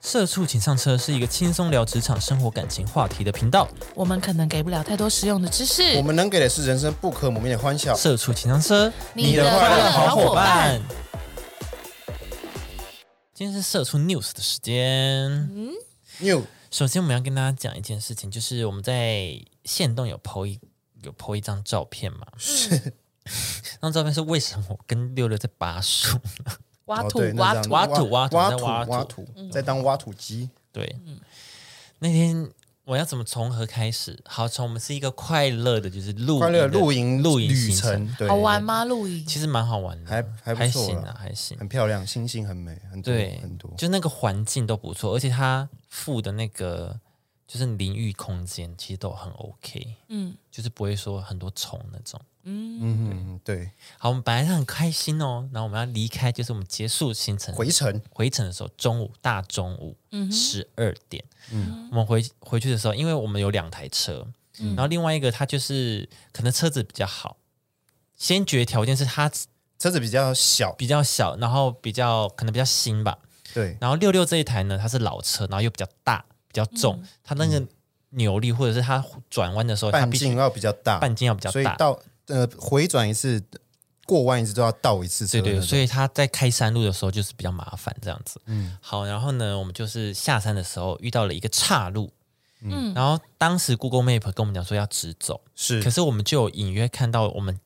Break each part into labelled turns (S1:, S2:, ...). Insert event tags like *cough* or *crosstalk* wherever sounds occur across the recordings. S1: 社畜请上车是一个轻松聊职场、生活、感情话题的频道。
S2: 我们可能给不了太多实用的知识。
S3: *laughs* 我们能给的是人生不可磨灭的欢笑。
S1: 社畜请上车，
S2: 你的快乐好伙伴。
S1: 今天是社畜 news 的时间。
S3: New
S1: 首先，我们要跟大家讲一件事情，就是我们在线动有 po 一有 po 一张照片嘛，
S3: 是
S1: 那张照片是为什么我跟六六在拔树？ *laughs*
S2: 挖
S3: 哦
S2: 土
S3: 对，
S2: 挖
S3: 那张
S2: 土，
S1: 挖土
S3: 挖
S1: 挖土
S3: 土
S1: 挖土嗯
S3: 挖土，在当挖土机。
S1: 对，那天我要怎么从何开始？好，从我们是一个快乐的，就是露
S3: 快乐露
S1: 营
S3: 营
S1: 的露营
S3: 旅
S1: 行程，
S3: 程，对，
S2: 好玩吗？露营
S1: 其实蛮好玩的，
S3: 还还不
S1: 还
S3: 错
S1: 行
S3: 啦
S1: 啊，还行。
S3: 很漂亮，星星很美，很多
S1: 对，
S3: 很多。
S1: 就那个环境都不错，而且它附的那个就是淋浴空间，其实都很 OK，
S2: 嗯
S1: 就是不会说很多虫那种。
S2: 嗯，
S3: 嗯嗯，对，
S1: 好，我们本来是很开心哦，然后我们要离开，就是我们结束行程
S3: 回程
S1: 回程的时候，中午大中午
S2: 嗯哼
S1: 十二点，嗯，我们回回去的时候，因为我们有两台车，
S2: 嗯
S1: 然后另外一个它就是可能车子比较好，先决条件是它
S3: 车子比较小，
S1: 比较小，然后比较可能比较新吧，
S3: 对，
S1: 然后六六这一台呢，它是老车，然后又比较大，比较重，它那个扭力或者是它转弯的时候，它
S3: 嗯半
S1: 必须
S3: 径要比较大，
S1: 半径要比较
S3: 所以
S1: 大，
S3: 到呃回转一次，过弯一次都要倒一次车
S1: 对
S3: 那
S1: 对，
S3: 种。
S1: 所以他在开山路的时候就是比较麻烦这样子。
S3: 嗯
S1: 好，然后呢，我们就是下山的时候遇到了一个岔路，
S2: 嗯
S1: 然后当时 Google Map 跟我们讲说要直走，可
S3: 是
S1: 是我们就有隐约看到我们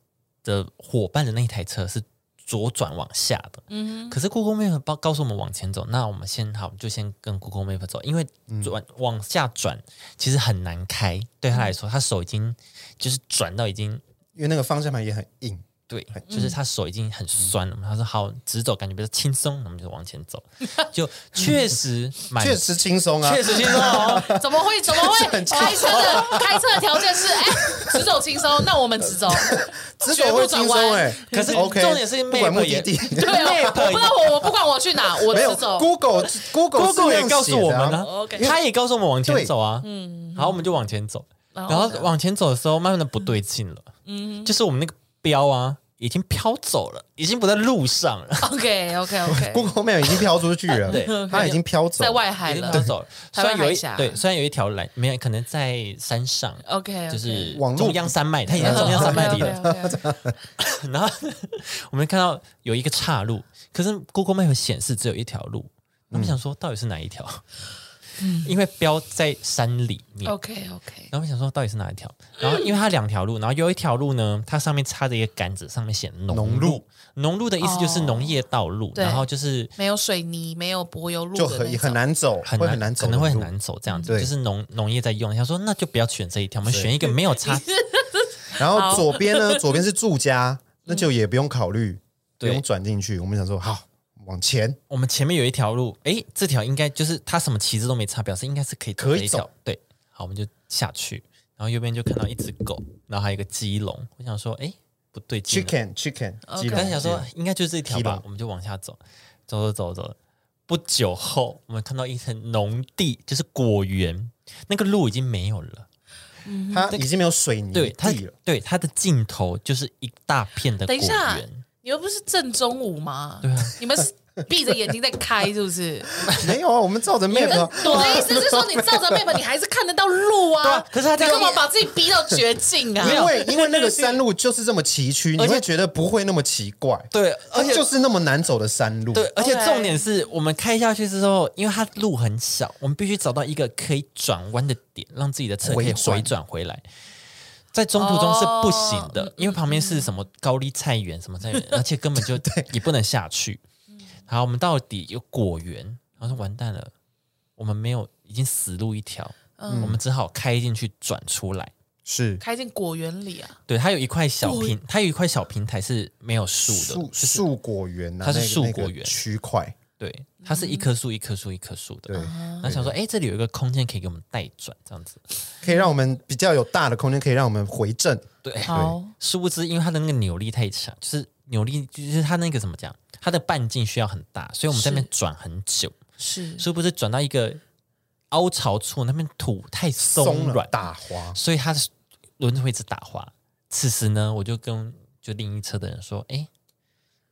S1: 的伙伴的那一台车是左转往下的，
S2: 嗯
S1: 可是 Google Map 告告诉我们往前走，那我们先好就先跟 Google Map 走，因为
S3: 嗯
S1: 转、往下转其实很难开，对
S2: 嗯
S1: 他来说，他手已经就是转到已经
S3: 因为那个方向盘也很嗯硬，
S1: 对，
S2: 嗯
S1: 就是他手已经很酸了。他说好直走，感觉比较轻松，我们就往前
S2: *laughs*
S1: 走，就确实蛮
S3: 确实轻松啊，
S1: 哎确实轻松
S3: *laughs*
S1: 哦。
S2: 哼，怎么会怎么会开车的开车的条件
S3: *laughs*
S2: 是哎直走轻松，那我们直走。
S3: 直走会轻
S2: 绝不转
S3: 松哎
S2: 弯，
S1: 可是
S3: OK，
S1: 重点是
S3: 不管目
S1: map
S3: 的
S1: 也 *laughs*
S3: 地。
S2: 对啊，我不知道我我不管我去哪，我
S3: 没有
S2: 直走。哦
S3: Google Google
S1: Google 也告诉我们
S3: 了、
S1: 了、
S3: 啊，
S2: OK
S1: 他也告诉我们往前
S3: 对
S1: 走啊。嗯，好，我们就往前走。
S2: 然
S1: 然
S2: 后
S1: 后
S2: 呢
S1: 往前走的时候，慢慢的不对劲了。嗯，就是我们那个标啊，已经飘走了，已经不在路上了，
S2: OK OK OK，
S3: Google Map 已经飘出去
S2: *laughs*
S3: 了，
S1: 对
S3: 它已经飘走
S2: 在外海
S1: 已经
S2: 了
S1: 飘。走了。
S2: 台
S1: 虽
S2: 湾
S1: 然有
S2: 海
S1: 一
S2: 峡
S1: 对，虽然有一条缆，没有可能在山上，
S2: OK，
S1: 就是
S3: 网路
S1: 中央山脉，它已经在中央山脉里了。
S2: 了。
S1: 然后我们看到有一个岔路，可是 Google Map 显示只有一条路，我们想说到底是哪一条？因为标在山里面，
S2: OK OK，
S1: 然后我想说到底是哪一条？然后因为它两条路，然后有一条路呢，它上面插着一个杆子，上面写农
S3: 农
S1: 路
S3: 路。
S1: 农路的意思就是农业道路，
S2: 对
S1: 然后就是
S2: 没有水泥，没有柏油路，
S3: 就很很。难走，
S1: 很
S3: 会
S1: 难，
S3: 很难走，
S1: 可能会很。难走这样子，
S3: 对
S1: 就是农农业在用。想说那就不要选这一条，我们选一个没有插，
S3: 然后左边
S2: *laughs*
S3: 呢，左边是住家，那就也不用考虑，不
S1: 对
S3: 用转进去。我们想说，好，往前
S1: 我们前面有一条路，诶，这条应该就是它什么旗帜都没插，表示应该是可以
S3: 可
S1: 这
S3: 以
S1: 一条
S3: 走。
S1: 对，好，我们就下去，然后右边就看到一只狗，然后还有一个鸡笼。我想说，诶，不对劲了，
S3: ，chicken chicken，
S2: OK
S3: 基隆
S1: 但是想说应该就是这条
S3: 基
S1: 吧
S3: 隆，
S1: 我们就往下走，走走走走。不久后，我们看到一层农地，就是果园，那个路已经没有了。
S3: 它已经没有水泥
S1: 嗯对，它
S3: 地了，
S1: 对它的尽头就是一大片的果
S2: 等一下
S1: 园。，
S2: 你又不是正中午吗？
S1: 对啊，
S2: 你们是闭着眼睛在开，是不是？
S3: *laughs* 没有啊，我们照着 map 啊
S2: 我的意思是说，你照着 map，你还是看得到路
S1: 对
S2: 啊
S1: 啊。可是他这
S2: 你
S1: 样
S2: 干嘛把自己逼到绝境啊？
S1: *laughs*
S3: 因为因为那个山路就是这么崎岖，
S1: 而且
S3: 你会觉得不会那么奇怪，
S1: 对，
S3: 它就是那么难走的山路。
S1: 对，而且
S2: OK
S1: 重点是我们开下去之后，因为它路很小，我们必须找到一个可以转弯的点，让自己的车可以
S3: 回转
S1: 回转回来。在中途中是不行的，
S2: 哦
S1: 因为旁边是什么高丽菜园什么菜园，而且根本
S3: *laughs*
S1: 就也不能下去。
S2: 嗯
S1: 好，我们到底有果园，然后说完蛋了，我们没有，已经死路一条，
S2: 嗯
S1: 我们只好开进去转出来。
S3: 是
S2: 开进果园里啊，
S1: 对，它有一块小平，它有一块小平台是没有树的，
S3: 树树果园啊，
S1: 它是
S3: 那个
S1: 树
S3: 那个
S1: 果园
S3: 区块，
S1: 对，它是一棵树一棵树一棵树的。
S3: 对，
S1: 然后想说，哎、这里有一个空间可以给我们带转，这样子。
S3: 可以让我们比较有大的空间，可以让我们回正。
S1: 哎对，
S2: 好，
S1: 殊不知因为它的那个扭力太强，就是扭力，就是它那个怎么讲，它的半径需要很大，所以我们在那边转很久。
S2: 是
S1: 殊不知转到一个凹槽处，那边土太
S3: 松
S1: 松
S3: 了
S1: 软，
S3: 打滑，
S1: 所以它的轮子会一直打滑。此时呢，我就跟就另一车的人说，哎、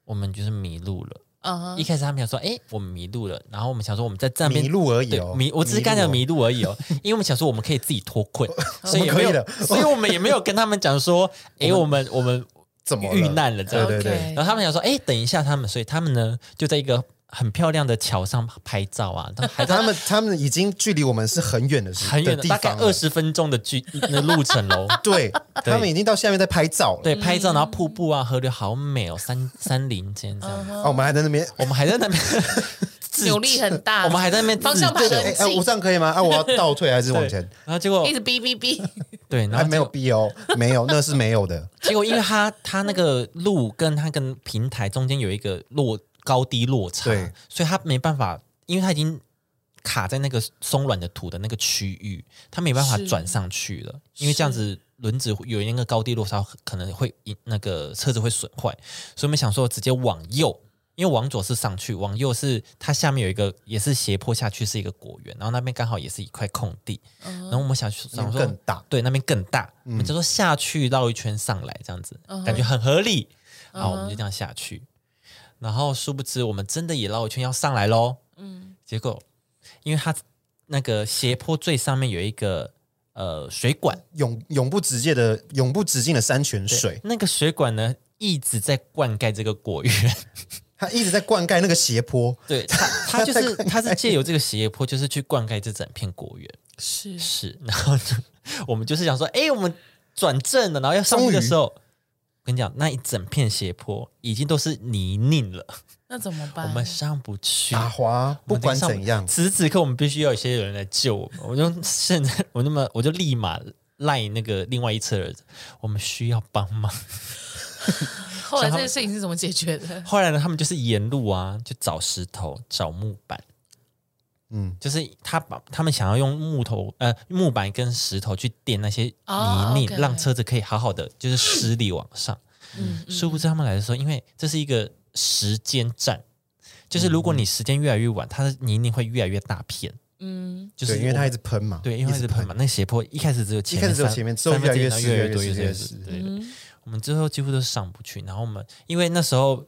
S1: 我们就是迷路了。
S2: 嗯哼，
S1: 一开始他们想说，哎，我们迷路了，然后我们想说我们在站边
S3: 迷路而已
S1: 对
S3: 哦，
S1: 迷，我只是刚
S3: 路
S1: 讲
S3: 哦
S1: 迷路而已哦， *laughs* 因为我们想说我们可以自己脱困，所以也
S3: *laughs* 我们可
S1: 没
S3: 以
S1: 有
S3: 的，
S1: *laughs* 所以我们也没有跟他们讲说，
S3: *laughs*
S1: 哎，我们我们
S3: 怎么了
S1: 遇难了这样
S3: 对，对对，
S1: 然后他们想说，哎，等一下他们，所以他们呢就在一个很漂亮的桥上拍照
S3: *laughs*
S1: 啊，还在
S3: 他们他们已经距离我们是很远的时
S1: 很远
S3: 的
S1: 的，
S3: 地
S1: 大概
S3: 方了哎
S1: 二，十分钟的距的路程
S3: *laughs*
S1: 喽。
S3: 对他们已经到下面在拍照了。
S1: 对，拍照，然后瀑布啊、河流好美哦，
S3: *laughs*
S1: 山山林间这样。
S3: 哦，我们还在那边，
S1: 我们还在
S2: *laughs*
S1: 那边 *laughs* 自
S2: *laughs* 扭力很大，
S1: 我们还在那边
S2: 方向
S1: 自
S2: 盘
S1: 救
S3: 哎
S2: 很
S3: 哎，我
S2: 紧
S3: 这，样可以吗？
S1: *laughs*
S3: 啊，我要倒退还是往
S1: 对，
S3: 前？
S1: 然后结果
S2: 一直哔哔哔，
S1: 对，然
S3: 还
S1: 后
S3: 没有必要，没有，那是没有的。
S1: 结果因为它它那个路跟它跟平台中间有一个落高低落差
S3: 对，
S1: 所以它没办法，因为它已经卡在那个松软的土的那个区域，它没办法
S2: 是
S1: 转上去了，因为这样子轮子有那个高低落差，可能会引那个车子会损坏，所以我们想说直接往右。因为往左是上去，往右是它下面有一个也是斜坡下去是一个果园，然后那边刚好也是一块空地，然后我们想 *laughs* 想说
S3: 更大，
S1: 对，那边更大，我们就说下去绕一圈上来这样子，感觉很合理。好，我们就这样下去，然后殊不知我们真的也绕一圈要上来喽。嗯，结果因为它那个斜坡最上面有一个呃水管，
S3: 永永不止界的永不止境的山泉
S1: 对
S3: 水，
S1: 那个水管呢一直在灌溉这个果园。
S3: 它一直在灌溉那个斜坡。
S1: 对它，它就是 *laughs* 它是借由这个斜坡，就是去灌溉这整片果园。 *laughs*
S2: 是
S1: 是，然后就我们就是想说，哎、我们转正了，然后要上去的时候，我跟你讲，那一整片斜坡已经都是泥泞了，
S2: 那怎么办？
S1: 我们上不去。
S3: 打滑，
S1: 我
S3: 啊不
S1: 们
S3: 管
S1: 上不
S3: 怎样，
S1: 此时此刻我们必须要有些人来救我们。我就现在，我那么我就立马赖那个另外一侧的人，我们需要帮忙。
S2: 后来这件事情是怎么解
S1: *laughs*
S2: 决的？
S1: 后来呢，他们就是沿路啊，就找石头、找木板，
S3: 嗯，
S1: 就是他把他们想要用木头呃木板跟石头去垫那些泥
S2: 哦
S1: 泞，
S2: OK
S1: 让车子可以好好的就是施力往上。
S2: 嗯，
S1: 殊不知他们来的时候，因为这是一个时间战，就是如果你时间越来越晚，它的泥泞会越来越大片。
S2: 嗯，
S1: 就是
S3: 对，因为它
S1: 我
S3: 一直喷嘛，
S1: 对，因为它一直喷嘛，，那个斜坡一开始只有前
S3: 一开
S1: 面
S3: 始
S1: 三，
S3: 只有前面之后
S1: 三分之
S3: 越
S1: 一
S3: 来越
S1: 然后越来越
S3: 湿
S1: 多，
S3: 越来越
S1: 越
S3: 湿
S1: 来越
S3: 越来越
S1: 对对对，我们最后几乎都上不去。然后我们因为那时候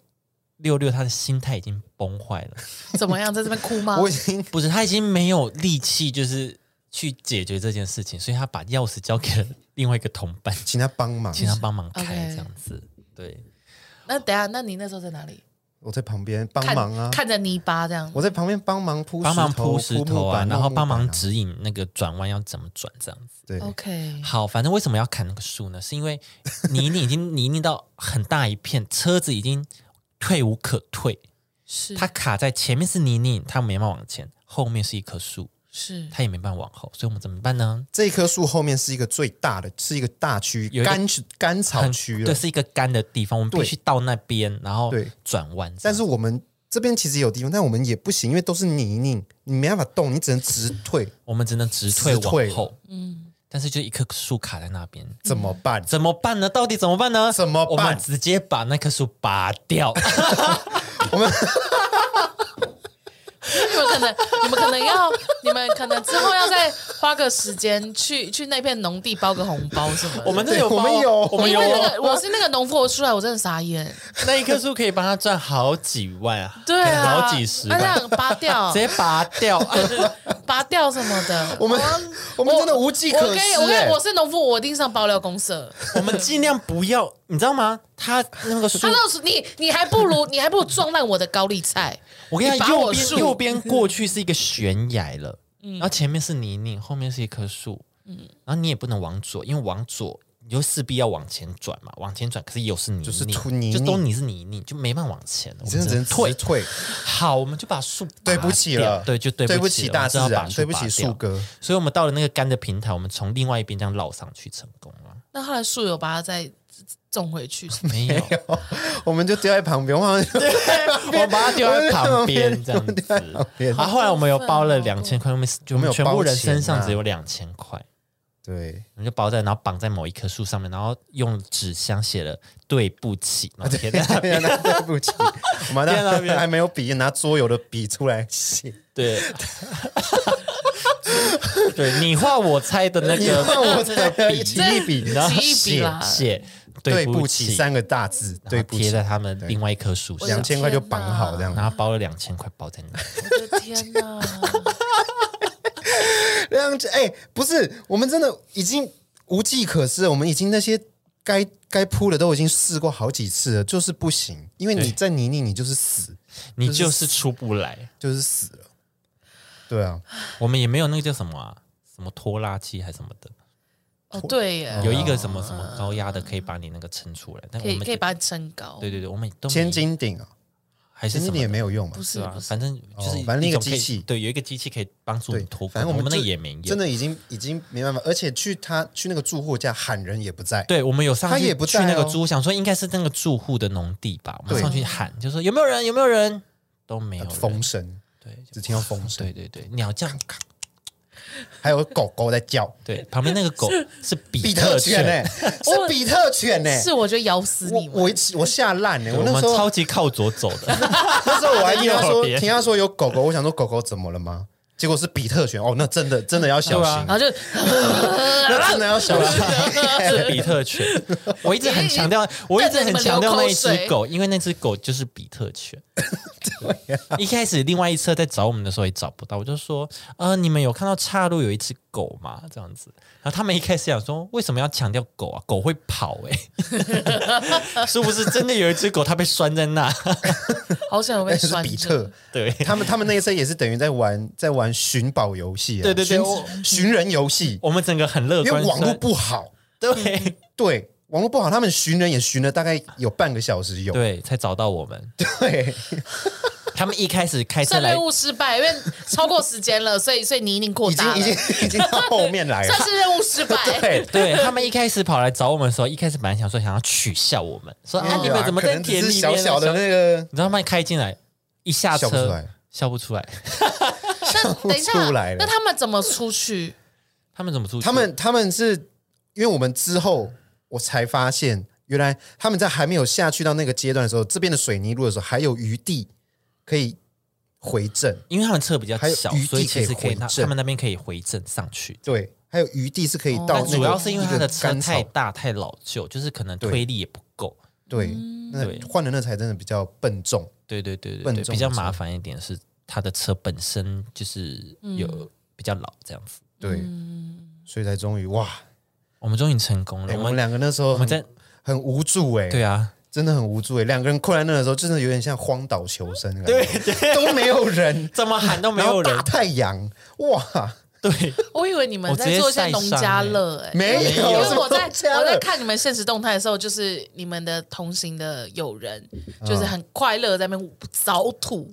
S1: 六六他的心态已经崩坏了，
S2: 怎么样，在这边哭吗？
S3: 我已经
S1: 不是他已经没有力气，就是去解决这件事情，所以他把钥匙交给了另外一个同伴，
S3: 请他帮忙，
S1: 请他帮忙开
S2: OK
S1: 这样子。对，
S2: 那等一下，那你那时候在哪里？
S3: 我在旁边帮
S2: 看
S3: 忙啊，
S2: 看着泥巴这样。
S3: 我在旁边帮忙铺
S1: 帮忙铺
S3: 石
S1: 石
S3: 头铺
S1: 头
S3: 木
S1: 啊，
S3: 板
S1: 然后
S3: 弄木
S1: 帮忙
S3: 板啊
S1: 指引那个转弯要怎么转这样子。
S3: 对，
S2: OK，
S1: 好，反正为什么要砍那个树呢？是因为泥泞已经 *laughs* 泥泞到很大一片，车子已经退无可退，
S2: 是
S1: 它卡在前面是泥泞，它没办法往前，后面是一棵树，
S2: 是
S1: 它也没办法往后，所以我们怎么办呢？
S3: 这一棵树后面是一个最大的，是一个大区
S1: 有一个
S3: 干区干草
S1: 很
S3: 区
S1: 对，
S3: 了。
S1: 是一个干的地方，我们必
S3: 对
S1: 须到那边，然后
S3: 对
S1: 转弯这样。
S3: 但是我们这边其实有地方，但我们也不行，因为都是泥泞，你没办法动，你只能直退，
S1: 我们只能直退
S3: 直退
S1: 往后，嗯，但是就一棵树卡在那边，
S3: 怎么 *laughs* 办？
S1: 怎么办呢？到底怎么办呢？
S3: 怎么
S1: 我们
S3: 办
S1: 直接把那棵树拔
S3: *laughs*
S1: 掉。
S2: 你们可能，你们可能要，你们可能之后要再花个时间去去那片农地包个红包什么的。
S1: 我们这有
S3: 对
S1: 包
S3: 我们有
S1: 我们
S2: 因
S1: 有
S2: 为
S1: 哦
S2: 那个我是那个农夫，我出来我真的傻眼。
S1: 那一棵树可以帮他赚好几万 *laughs* 啊，哎
S2: 对
S1: 可能
S2: 啊，
S1: 好几十
S2: 那这
S1: 万，
S2: 样拔掉
S3: *laughs*
S1: 直，接拔掉。
S2: 拔掉什么的。
S3: 我们我们真的无计
S2: 我
S3: 可
S2: 跟你，
S3: 施、
S2: 我跟
S3: 欸
S2: 你，我是农夫，我一定上爆料公社。
S1: 我们尽量不要，你知道吗？他那个树
S2: 他，告诉你，你还不如你还不如撞烂我的高丽菜。
S1: 我跟你讲，
S2: 你
S1: 右
S2: 拔我
S1: 边
S2: 树嗯
S1: 右边过去是一个悬崖了，然后前面是泥泞，后面是一棵树，然后你也不能往左，因为往左。你就势必要往前转嘛，往前转，可是又是泥泞，
S3: 就是土泥泞
S1: 就都你是泥泞，就没办法往前了，我
S3: 你
S1: 们
S3: 真的只能
S1: 退
S3: 直。退，
S1: 好，我们就把树拔
S3: 对不起了
S1: 掉，对，就对
S3: 对
S1: 不
S3: 不
S1: 起
S3: 起
S1: 了
S3: 大自
S1: 我们就要把
S3: 然，
S1: 树
S3: 对不起
S1: 拔掉
S3: 树哥，
S1: 所以我们到了那个干的平台，我们从另外一边这样绕上去成功
S3: *laughs*
S1: 了。
S2: 那后来树友把它再种回去，
S1: 没有，
S3: 我们就丢在旁边，我好像
S1: 我把它丢在旁边这样
S3: 丢在旁
S1: 子。
S3: 边
S1: 啊，后来我们有包
S2: 哦
S1: 了两千块，我们就我们全部
S3: 啊
S1: 人身上只有两千块，
S3: 对，
S1: *laughs* 我们就包在，然后绑在某一棵树上面，然后用纸箱写了“对不起”，
S3: 啊
S1: 然后贴在
S3: *laughs*
S1: 那边。
S3: 对不起，我们
S1: 天啊哪别
S3: 还还没有笔，拿桌游的笔出来写。
S1: 对， *laughs* 对你画我猜的那
S3: 你看
S1: 个
S3: 我这
S1: 笔
S3: *laughs* 起一笔，
S1: 然后
S2: 奇异笔
S1: 写
S2: 啦
S1: 写
S3: 对
S1: 不
S3: 不起三个大字，
S1: 然后
S3: 对不
S1: 贴
S3: 起
S1: 在，他们另外一棵树
S2: 我
S1: 上
S3: 两
S2: 的，
S3: 千块就绑好这样。
S1: 然后包了两千块包在
S3: *laughs*
S1: 那，
S2: 我的天哪！
S3: 两千哎，不是，我们真的已经无计可施了，我们已经那些该该铺的都已经试过好几次了，就是不行，因为你
S1: 对
S3: 在泥泞，你就是死，
S1: 你就是出不来。
S3: 就是死了。对啊，
S1: 我们也没有那个叫什么啊，什么拖拉机还是什么的，
S2: 哦，对耶，
S1: 有一个什么什么高压的可以把你那个撑出来，但
S2: 可
S1: 我
S2: 以
S1: 们
S2: 可以把它撑
S3: 哦
S2: 高。
S1: 对对对，我们都没
S3: 千斤顶啊，
S1: 还是
S3: 千
S1: 什么
S3: 斤顶也
S1: 的
S3: 没有用嘛
S2: 不，是
S1: 对啊
S2: 不，是，
S1: 反正就是
S3: 哦反正那个
S1: 一种可以
S3: 机器
S1: 对，有一个机器可以帮助
S3: 对
S1: 你脱，
S3: 反正
S1: 困
S3: 我
S1: 我
S3: 们
S1: 那
S3: 就
S1: 也没有，
S3: 真的已经已经没办法，而且去他去那个住户家喊人也不在，
S1: 对，我们有上
S3: 他
S1: 去
S3: 也不
S1: 去
S3: 在
S1: 那个
S3: 哦
S1: 住户，想说应该是那个住户的农地吧，我们
S3: 对
S1: 上去喊，就说有没有人，有没有人，都没有人
S3: 风，声，
S1: 对
S3: 只听到风声，
S1: 对对对，鸟叫，
S3: 还有狗狗
S1: *laughs*
S3: 在叫，
S1: 对，旁边那个
S3: *laughs*
S1: 狗是比
S3: 比特犬
S1: 犬，
S3: 哎、是比特犬哎、
S2: 是我觉得咬死
S3: 我
S2: 你们。
S3: 我一起我吓烂哎！
S1: 对
S3: 我
S1: 我
S3: 那
S1: 们
S3: 时候
S1: 超级靠左走的，
S3: *laughs* 那时候我还听
S1: *laughs*
S3: 他
S1: 右
S3: 说
S1: 边
S3: 听他说有狗狗，我想说狗狗怎么了吗？结果是比特犬哦，那真的真的要小心
S2: 然，后就
S1: 啊
S3: 那真的要小心。
S1: *laughs* 是比特犬。我一直很强
S3: *laughs*
S1: 调，我一直很强调那一只狗，因为那只狗就是比特
S3: *laughs*
S1: 犬。一开始另外一侧在找我们的时候也找不到，我就说：“呃，你们有看到岔路有一只狗吗？”这样子。然后他们一开始想说：“为什么要强调狗啊？狗会跑哎、
S3: *laughs*
S1: 欸，是不是真的有一只狗它被拴在那？
S2: 好想被
S3: 那 *laughs* 是
S2: 拴
S3: 比
S2: 着
S3: 特，
S1: 对
S3: 他们他们那一次也是等于在玩在玩寻宝游戏啊，
S1: 对对对
S3: 寻
S1: 我
S3: 寻人游戏，
S1: 我们整个很乐
S3: 因为
S1: 观，
S3: 网络不好，
S1: 对
S3: *laughs* 对网络不好，他们寻人也寻了大概有半个小时有，
S1: 对，才找到我们。
S3: 对，
S1: 他们一开始开车
S2: 算
S1: 来
S2: 任务失败，因为超过时间了，所以 *laughs* 所以你一定扩
S3: 已
S2: 大
S3: 经
S2: 了
S3: 已，经已经到后面来了
S2: 算，是任务失败。
S3: *laughs* 对，嗯
S1: 对他们一开始跑来找我们的时候，一开始本来想说想要取笑我们，说啊你们怎么
S3: 嗯可
S1: 在
S3: 能只
S1: 田里
S3: 是
S1: 面啊
S3: 小小的那个
S1: 你知道吗？开进来一下
S3: 笑不出
S1: 车
S3: 来
S1: 笑不出来，
S2: 那等一下
S3: 出来了，
S2: 那他们怎么出去？
S1: 他们怎么出去？
S3: 他们他们是因为我们之后我才发现，原来他们在还没有下去到那个阶段的时候，这边的水泥路的时候还有余地可以回正，
S1: 因为他们车比较
S3: 还有
S1: 小
S3: 余，地
S1: 所以其实可
S3: 可
S1: 以
S3: 以
S1: 他
S3: 回正
S1: 他们那边可以回正上去。
S3: 对，还有余地是可以到、那
S1: 但
S3: 个
S1: 哦主要是因为他的车
S3: 那个干草
S1: 太大太老旧，就是可能
S3: 对
S1: 推力也不够。
S3: 对，那
S1: 对
S3: 换了那才真的比较笨重，
S1: 对对对对
S3: 笨
S1: 对，
S3: 重
S1: 比较
S3: 的车
S1: 麻烦一点是他的车本身就是有比较老这样子。
S3: 对，
S2: 嗯
S3: 所以才终于哇、
S1: 我们终于成功了，
S3: 哎
S1: 我
S3: 我们
S1: 们
S3: 两个那时候
S1: 我
S3: 我
S1: 们在
S3: 很无助哎、
S1: 对啊，
S3: 真的很无助哎、两个人困在那的时候，真的有点像荒岛求生的感觉，对，都没有人，
S1: 怎么喊都 *laughs* 没
S3: 然
S1: 有
S3: 后
S1: 人
S3: 大，太阳，哇，
S1: 对，
S2: 我以为你们
S1: 我直
S2: 在
S1: 接
S2: 做一些
S1: 晒
S2: 农
S1: 伤
S2: 家
S1: 欸
S2: 乐，哎，
S3: 没有
S2: 因为我在
S3: *laughs* 什么农家乐
S2: 我在看你们现实动态的时候，就是你们的同行的友人，
S3: 嗯
S2: 就是很快乐在那边扫
S3: *laughs*
S2: 土，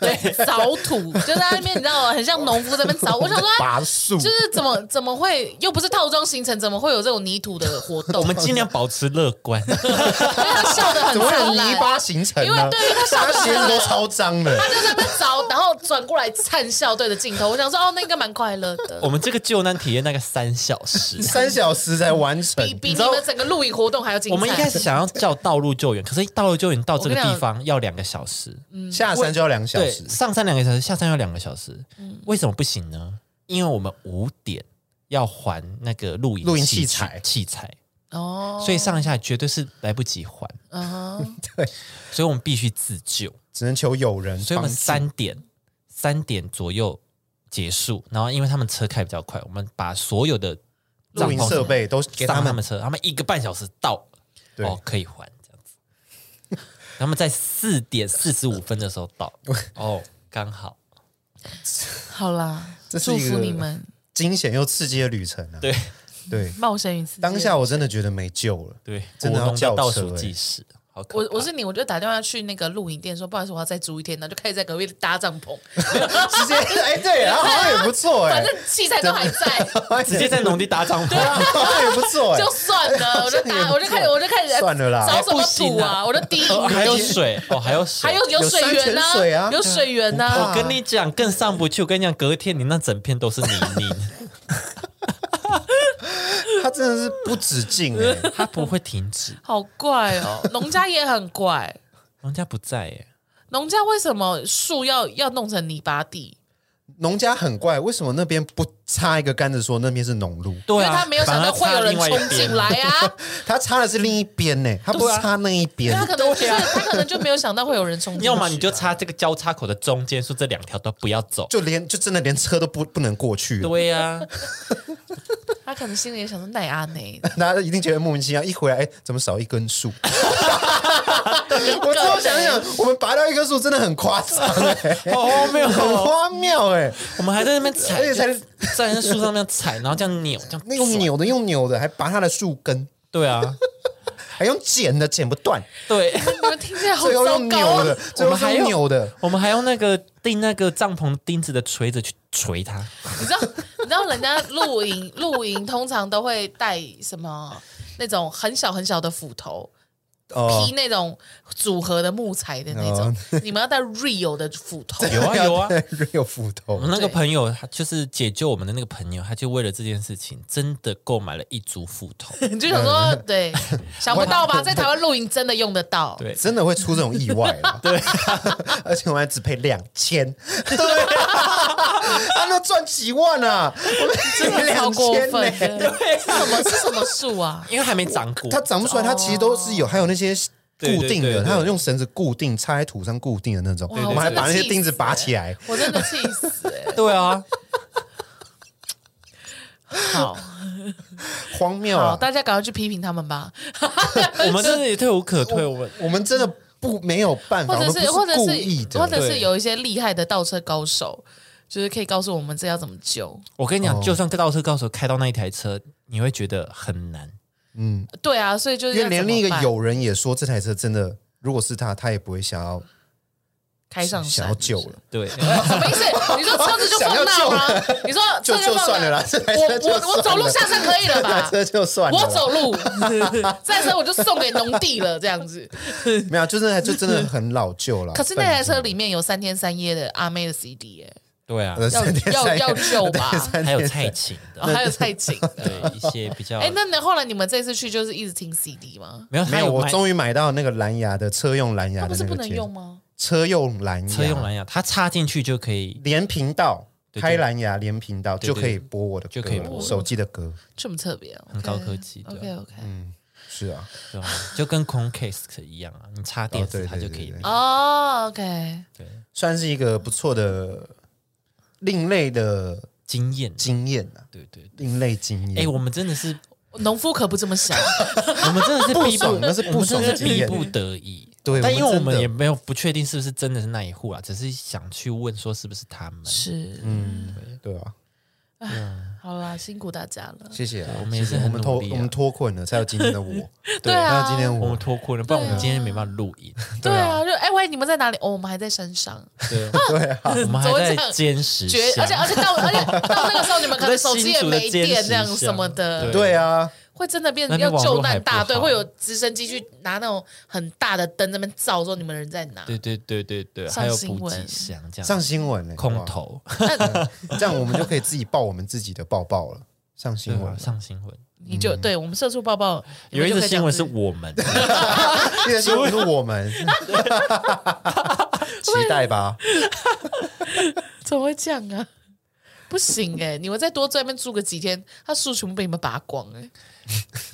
S2: 对，扫土就在那边，你知道吗？很像农夫在那边扫。我想
S3: *laughs*
S2: 说，哎
S3: 拔树
S2: *laughs* 就。是怎么怎么会又不是套装行程，怎么会有这种泥土的活
S3: *laughs*
S2: 动？
S1: 我们尽量保持乐观。 *laughs*
S2: 因为他 *laughs* 笑得很
S3: 怎么会有
S2: 灿
S3: 泥
S2: 烂，
S3: 巴形成呢？
S2: 因为对于他小
S3: 他鞋子都超脏
S2: *laughs*
S3: 的，。
S2: 就在那边扫，然后转过来灿笑对着镜头。我想说，哦，那应该蛮快乐的。
S1: 我们这个救难体验大概三小时
S3: *laughs* 三小时才完
S2: 比
S3: 成。
S2: 比你们整个露营活动还要精彩。
S1: 我们一开始想要叫道路救援，可是道路救援到这个
S2: 我跟你
S1: 地
S2: 讲
S1: 方要两个小时，
S2: 嗯
S3: 下山就要两小
S1: 对，
S3: 时，
S1: 上山两个小时，下山要两个小时，
S3: 嗯
S1: 为什么不行呢？因为我们五点要还那个露营
S3: 露营
S1: 器
S3: 器材
S1: 器材，
S2: 哦，
S1: 所以上下绝对是来不及还，
S2: 嗯哼
S1: 所以我们必须自救，
S3: 只能求有人
S1: 所以我
S3: 帮
S1: 们
S3: 助。
S1: 三点三点左右结束，然后因为他们车开比较快，我们把所有的帐
S3: 露营
S1: 篷
S3: 设备都给
S1: 上
S3: 他
S1: 他
S3: 们
S1: 们，车，他们一个半小时到，
S3: 对
S1: 哦，可以还这样子。 *laughs* 他们在四点四十五分的时候
S3: *laughs*
S1: 到，哦，刚好，
S2: 好啦，
S3: *laughs* 这是
S2: 祝
S3: 一个
S2: 福你们
S3: 惊险又刺激的旅程啊！
S1: 对
S3: 对，
S2: 冒险与刺激。
S3: 当下我真的觉得没救了。
S1: 对，
S3: 真的
S1: 国
S3: 要
S1: 中
S3: 叫
S1: 的倒
S3: 车
S1: 数
S3: 欸
S1: 计时，好可
S2: 我
S1: 怕
S2: 我是你，我就打电话去那个露营店说，不好意思，我要再租一天，然后就开始在隔壁搭帐
S3: *laughs*
S2: 篷，
S3: 直接哎，对，然后好像也不错
S2: 反
S3: 哎，
S2: 正器材都还在，
S1: 直接在农地搭帐
S2: 啊
S1: 篷，
S3: *laughs* 好像也不错哎
S2: 就，算了，我
S3: *laughs*
S2: 就
S3: 也
S2: 搭，
S3: 不
S2: 我就开始，我就开始
S3: 算了啦
S2: 找什么
S1: 不
S2: 土
S1: 行
S2: 啊，
S1: 啊
S2: 我就滴
S1: *laughs*
S3: *laughs*
S1: 哦还有
S2: 雨，
S1: 水哦，还有水，
S2: 还有有
S3: 有
S2: 水
S3: 山
S2: 源
S3: 泉
S2: 呐，
S3: 水啊
S2: 有水源呐
S1: 嗯我，跟你讲，更上不去。我跟你讲，隔天你那整片都是泥
S3: *laughs*
S1: 泞，
S3: 他真的是不止境哎，
S1: 它不会停止。
S2: 好怪哦，农家也很怪，
S1: 农家不在耶，
S2: 农家为什么树要要弄成泥巴地？
S3: 农家很怪，为什么那边不插一个杆子说那边是农路？
S1: 对
S2: 因为
S1: 啊，
S2: 他没有想到会有
S1: 反而
S2: 人
S1: 插另外
S2: 冲
S1: 一边
S2: 进来，
S1: *laughs*
S2: 啊，
S3: 他插的是另一边呢，他不
S1: 对啊
S3: 插那一边。
S2: 他可能就是他可能就没有想到会有人冲进去啊，
S1: 啊要么你就插这个交叉口的中间，说这两条都不要走。
S3: 就连就真的连车都不不能过去，
S1: 对
S2: *laughs*
S1: 呀、
S2: 他可能心里也想说奈阿内，
S3: 大家一定觉得莫名其妙。一回来，哎，怎么少一
S1: *laughs*
S3: 根树？我之后想一想，我们拔掉一棵树真的很夸张，哎，
S1: *laughs* 好荒谬
S3: 很
S1: 哦！
S3: 荒谬哎！
S1: 我们还在那边踩，
S3: 而且才
S1: 就站在树上面踩，然后这样扭，这样
S3: 那用扭的用扭的，还拔它的树根，
S1: 对啊，
S3: 还用剪的剪不断，
S1: 对， *laughs*
S2: 你们听起来好
S3: 最后
S2: 糟
S3: 用
S2: 糕
S3: 扭
S2: 啊
S3: 的！，最后是用扭的。
S1: 我们还用那个钉那个帐篷钉子的锤子去锤它。
S2: 你知道，你知道人家露营，露营通常都会带什么那种很小很小的斧头，
S3: *laughs* 哦
S2: 劈那种组合的木材的那种。
S1: 哦
S2: 你们要带 real 的斧头，
S1: 有啊
S3: *laughs*
S1: 有啊，嗯
S3: 有斧头
S1: 我，们那个
S2: 对
S1: 朋友，他就是解救我们的那个朋友，他就为了这件事情，真的购买了一组斧
S3: *laughs*
S1: 头。
S2: 你就想说，
S3: 嗯
S2: 对，想不到吧？在台湾露营真的用得到。
S1: 对
S3: *laughs* 真的会出这种意外
S1: *laughs*
S3: 啊！对， *laughs* 而且我们还只赔两千， *laughs* 对啊，他那赚几万啊！我们只
S2: 真
S3: 赔
S2: 的超
S3: 两
S2: 过
S3: 千
S2: 分
S3: 呢。 *laughs*
S2: 的，是什么是什么树啊？
S1: 因为还没长过，
S3: 它长不出来，它其实都是有，还有那些
S1: 对
S3: 固
S1: 对
S3: 定
S1: 对
S3: 的，
S1: 对
S3: 它有用绳子固定插在土上固定的那种。
S2: 哇
S3: 我们
S2: 我
S3: 还
S2: 真的
S3: 把那些
S2: 气
S3: 钉子
S2: 死
S3: 拔
S2: 欸
S3: 起来，
S2: 我真的气死哎、
S1: 对
S3: *laughs*
S1: 啊，
S2: 好
S3: 荒谬
S2: 好，
S3: 啊！
S2: 大家赶快去批评他们吧，
S1: 我们真的也退无可退，我们
S3: 我们真的不没有办法，
S2: 或者
S3: 我们
S2: 是
S3: 不
S2: 或者
S3: 故意
S2: 是或
S3: 的。
S2: 者是
S1: 对
S2: 有一些厉害的倒车高手，就是可以告诉我们这要怎么救。
S1: 我跟你
S3: 哦
S1: 讲，就算倒车高手开到那一台车，你会觉得很难。
S2: 对啊，所以就是
S3: 因为
S2: 要
S3: 连
S2: 怎么
S3: 另一个
S2: 办
S3: 友人也说，这台车真的，如果是他，他也不会想要
S2: 开上山
S3: 想要救了。 *laughs*
S1: 对，
S2: 什么意思？你说车子就放那吗？你说
S3: 就
S2: 车
S3: *laughs* 就
S2: 放
S3: 算了
S2: 那
S3: 啦，这台车就
S2: 我我我
S3: 算
S2: 走路
S3: 了
S2: 下山可以了
S3: *laughs* 这台
S2: 吧？
S3: 车就算了啦，
S2: 啊我走路， *laughs* 这台车我就送给农地了，这样子。
S3: 没有，就那台车真的很老旧了。
S2: 可是那台车里面有三天三夜的阿妹的 CD 耶，
S1: 对啊，
S3: 笨重
S2: 要
S3: 呃三天
S2: 要
S3: 三夜
S2: 要救吧
S3: 三天三夜
S1: 还有蔡琴
S2: 然
S3: *laughs*
S1: 的，
S2: 后还有蔡琴的。
S1: 对一些比较
S2: 哎，那那后来你们这次去就是一直听 CD 吗？
S1: 没有
S3: 没有，我
S1: 于
S3: 终于买到那个蓝牙的车用蓝牙
S2: 那
S3: 的
S2: 不是
S3: 那
S2: 不
S3: 个
S2: 能
S3: 接
S2: 用吗？
S3: 车用蓝牙，
S1: 车用蓝牙，它插进去就可以。
S3: 连频道，
S1: 对
S3: 开蓝牙连频道
S1: 对
S3: 就可以播我的歌了，
S1: 就可以播
S3: 手机的歌。
S2: 这么特别，
S1: 很高科技对
S2: OK OK。
S3: 是啊，
S1: 对吧？就跟 Chromecast 一样啊，你插电
S3: 哦对
S1: 视它
S3: 对
S1: 就
S3: 对
S1: 可以
S3: 对。
S2: 哦，OK，
S3: 算是一个不错的另类的
S1: 惊艳，
S3: 经验啊，
S1: 对对。对
S3: 另类经验。
S1: 哎，我们真的是，
S2: 农夫可不这么想。
S1: 我们真的是
S3: 不
S1: 逼
S3: 爽
S1: 不，
S3: 那是
S1: 我
S3: 不
S1: 们
S3: 爽
S1: 真
S3: 的
S1: 的是
S3: 经
S1: 逼
S3: 验。
S1: 不得已。
S3: 对
S1: 但
S3: 我们
S1: 因为我
S3: 真
S1: 们
S3: 的
S1: 也没有不确定是不是真的是那一户啊，只是想去问说是不是他们。
S2: 是，
S3: 对啊，
S2: 好啦，辛苦大家了。
S3: *laughs* 谢谢啊，
S1: 我们也是
S3: 谢谢我
S1: 很
S3: 们脱
S1: 努力啊
S3: 我们脱困了，才有今天的
S1: *laughs*
S3: 我。
S2: 对
S3: 才
S2: 啊
S3: 有今天
S1: 我
S3: 我
S1: 们。脱困了，不然我们今天没办法录
S3: *laughs*
S1: 影。
S2: 对啊，就哎、喂，你们在哪里？哦，我们还在山上，
S1: 对
S2: *laughs*
S1: 啊，我们还
S2: 怎么这
S1: 在
S2: 样
S1: 坚持
S2: 绝，
S1: 下
S2: 而且而且到而且到那个时候，你们可能手
S1: 我在
S2: 机
S1: 新
S2: 也
S1: 竹的
S2: 没
S1: 坚
S2: 电，
S1: 持
S2: 这样
S1: 下
S2: 什么的，
S3: 对啊，
S2: 会真的变
S1: 那
S2: 成
S1: 边
S2: 要
S1: 网络
S2: 救难大
S1: 还
S2: 队，
S1: 不好
S2: 会有直升机去拿那种很大的灯，那边照说你们人在哪？
S1: 对对对对对，
S2: 上
S1: 还有
S2: 新
S1: 补
S2: 闻
S1: 给箱这样，
S3: 上新闻了，
S1: 空投
S2: 那
S3: 哇，这样我们就可以自己报我们自己的报报了。上新
S1: 对
S3: 闻
S1: 啊，上新闻。
S2: 你就对我们社畜抱抱，
S1: 嗯
S2: 你
S1: 有
S2: 们
S1: 一
S2: 就
S1: 则
S2: 可以这
S1: 新
S2: 样
S1: 闻
S2: 子
S1: 是我们，
S3: 这些新闻是我们，
S1: *laughs*
S3: 期待吧。
S2: 怎么会这样啊？不行哎、你们再多在那边住个几天，他树全部被你们拔光哎、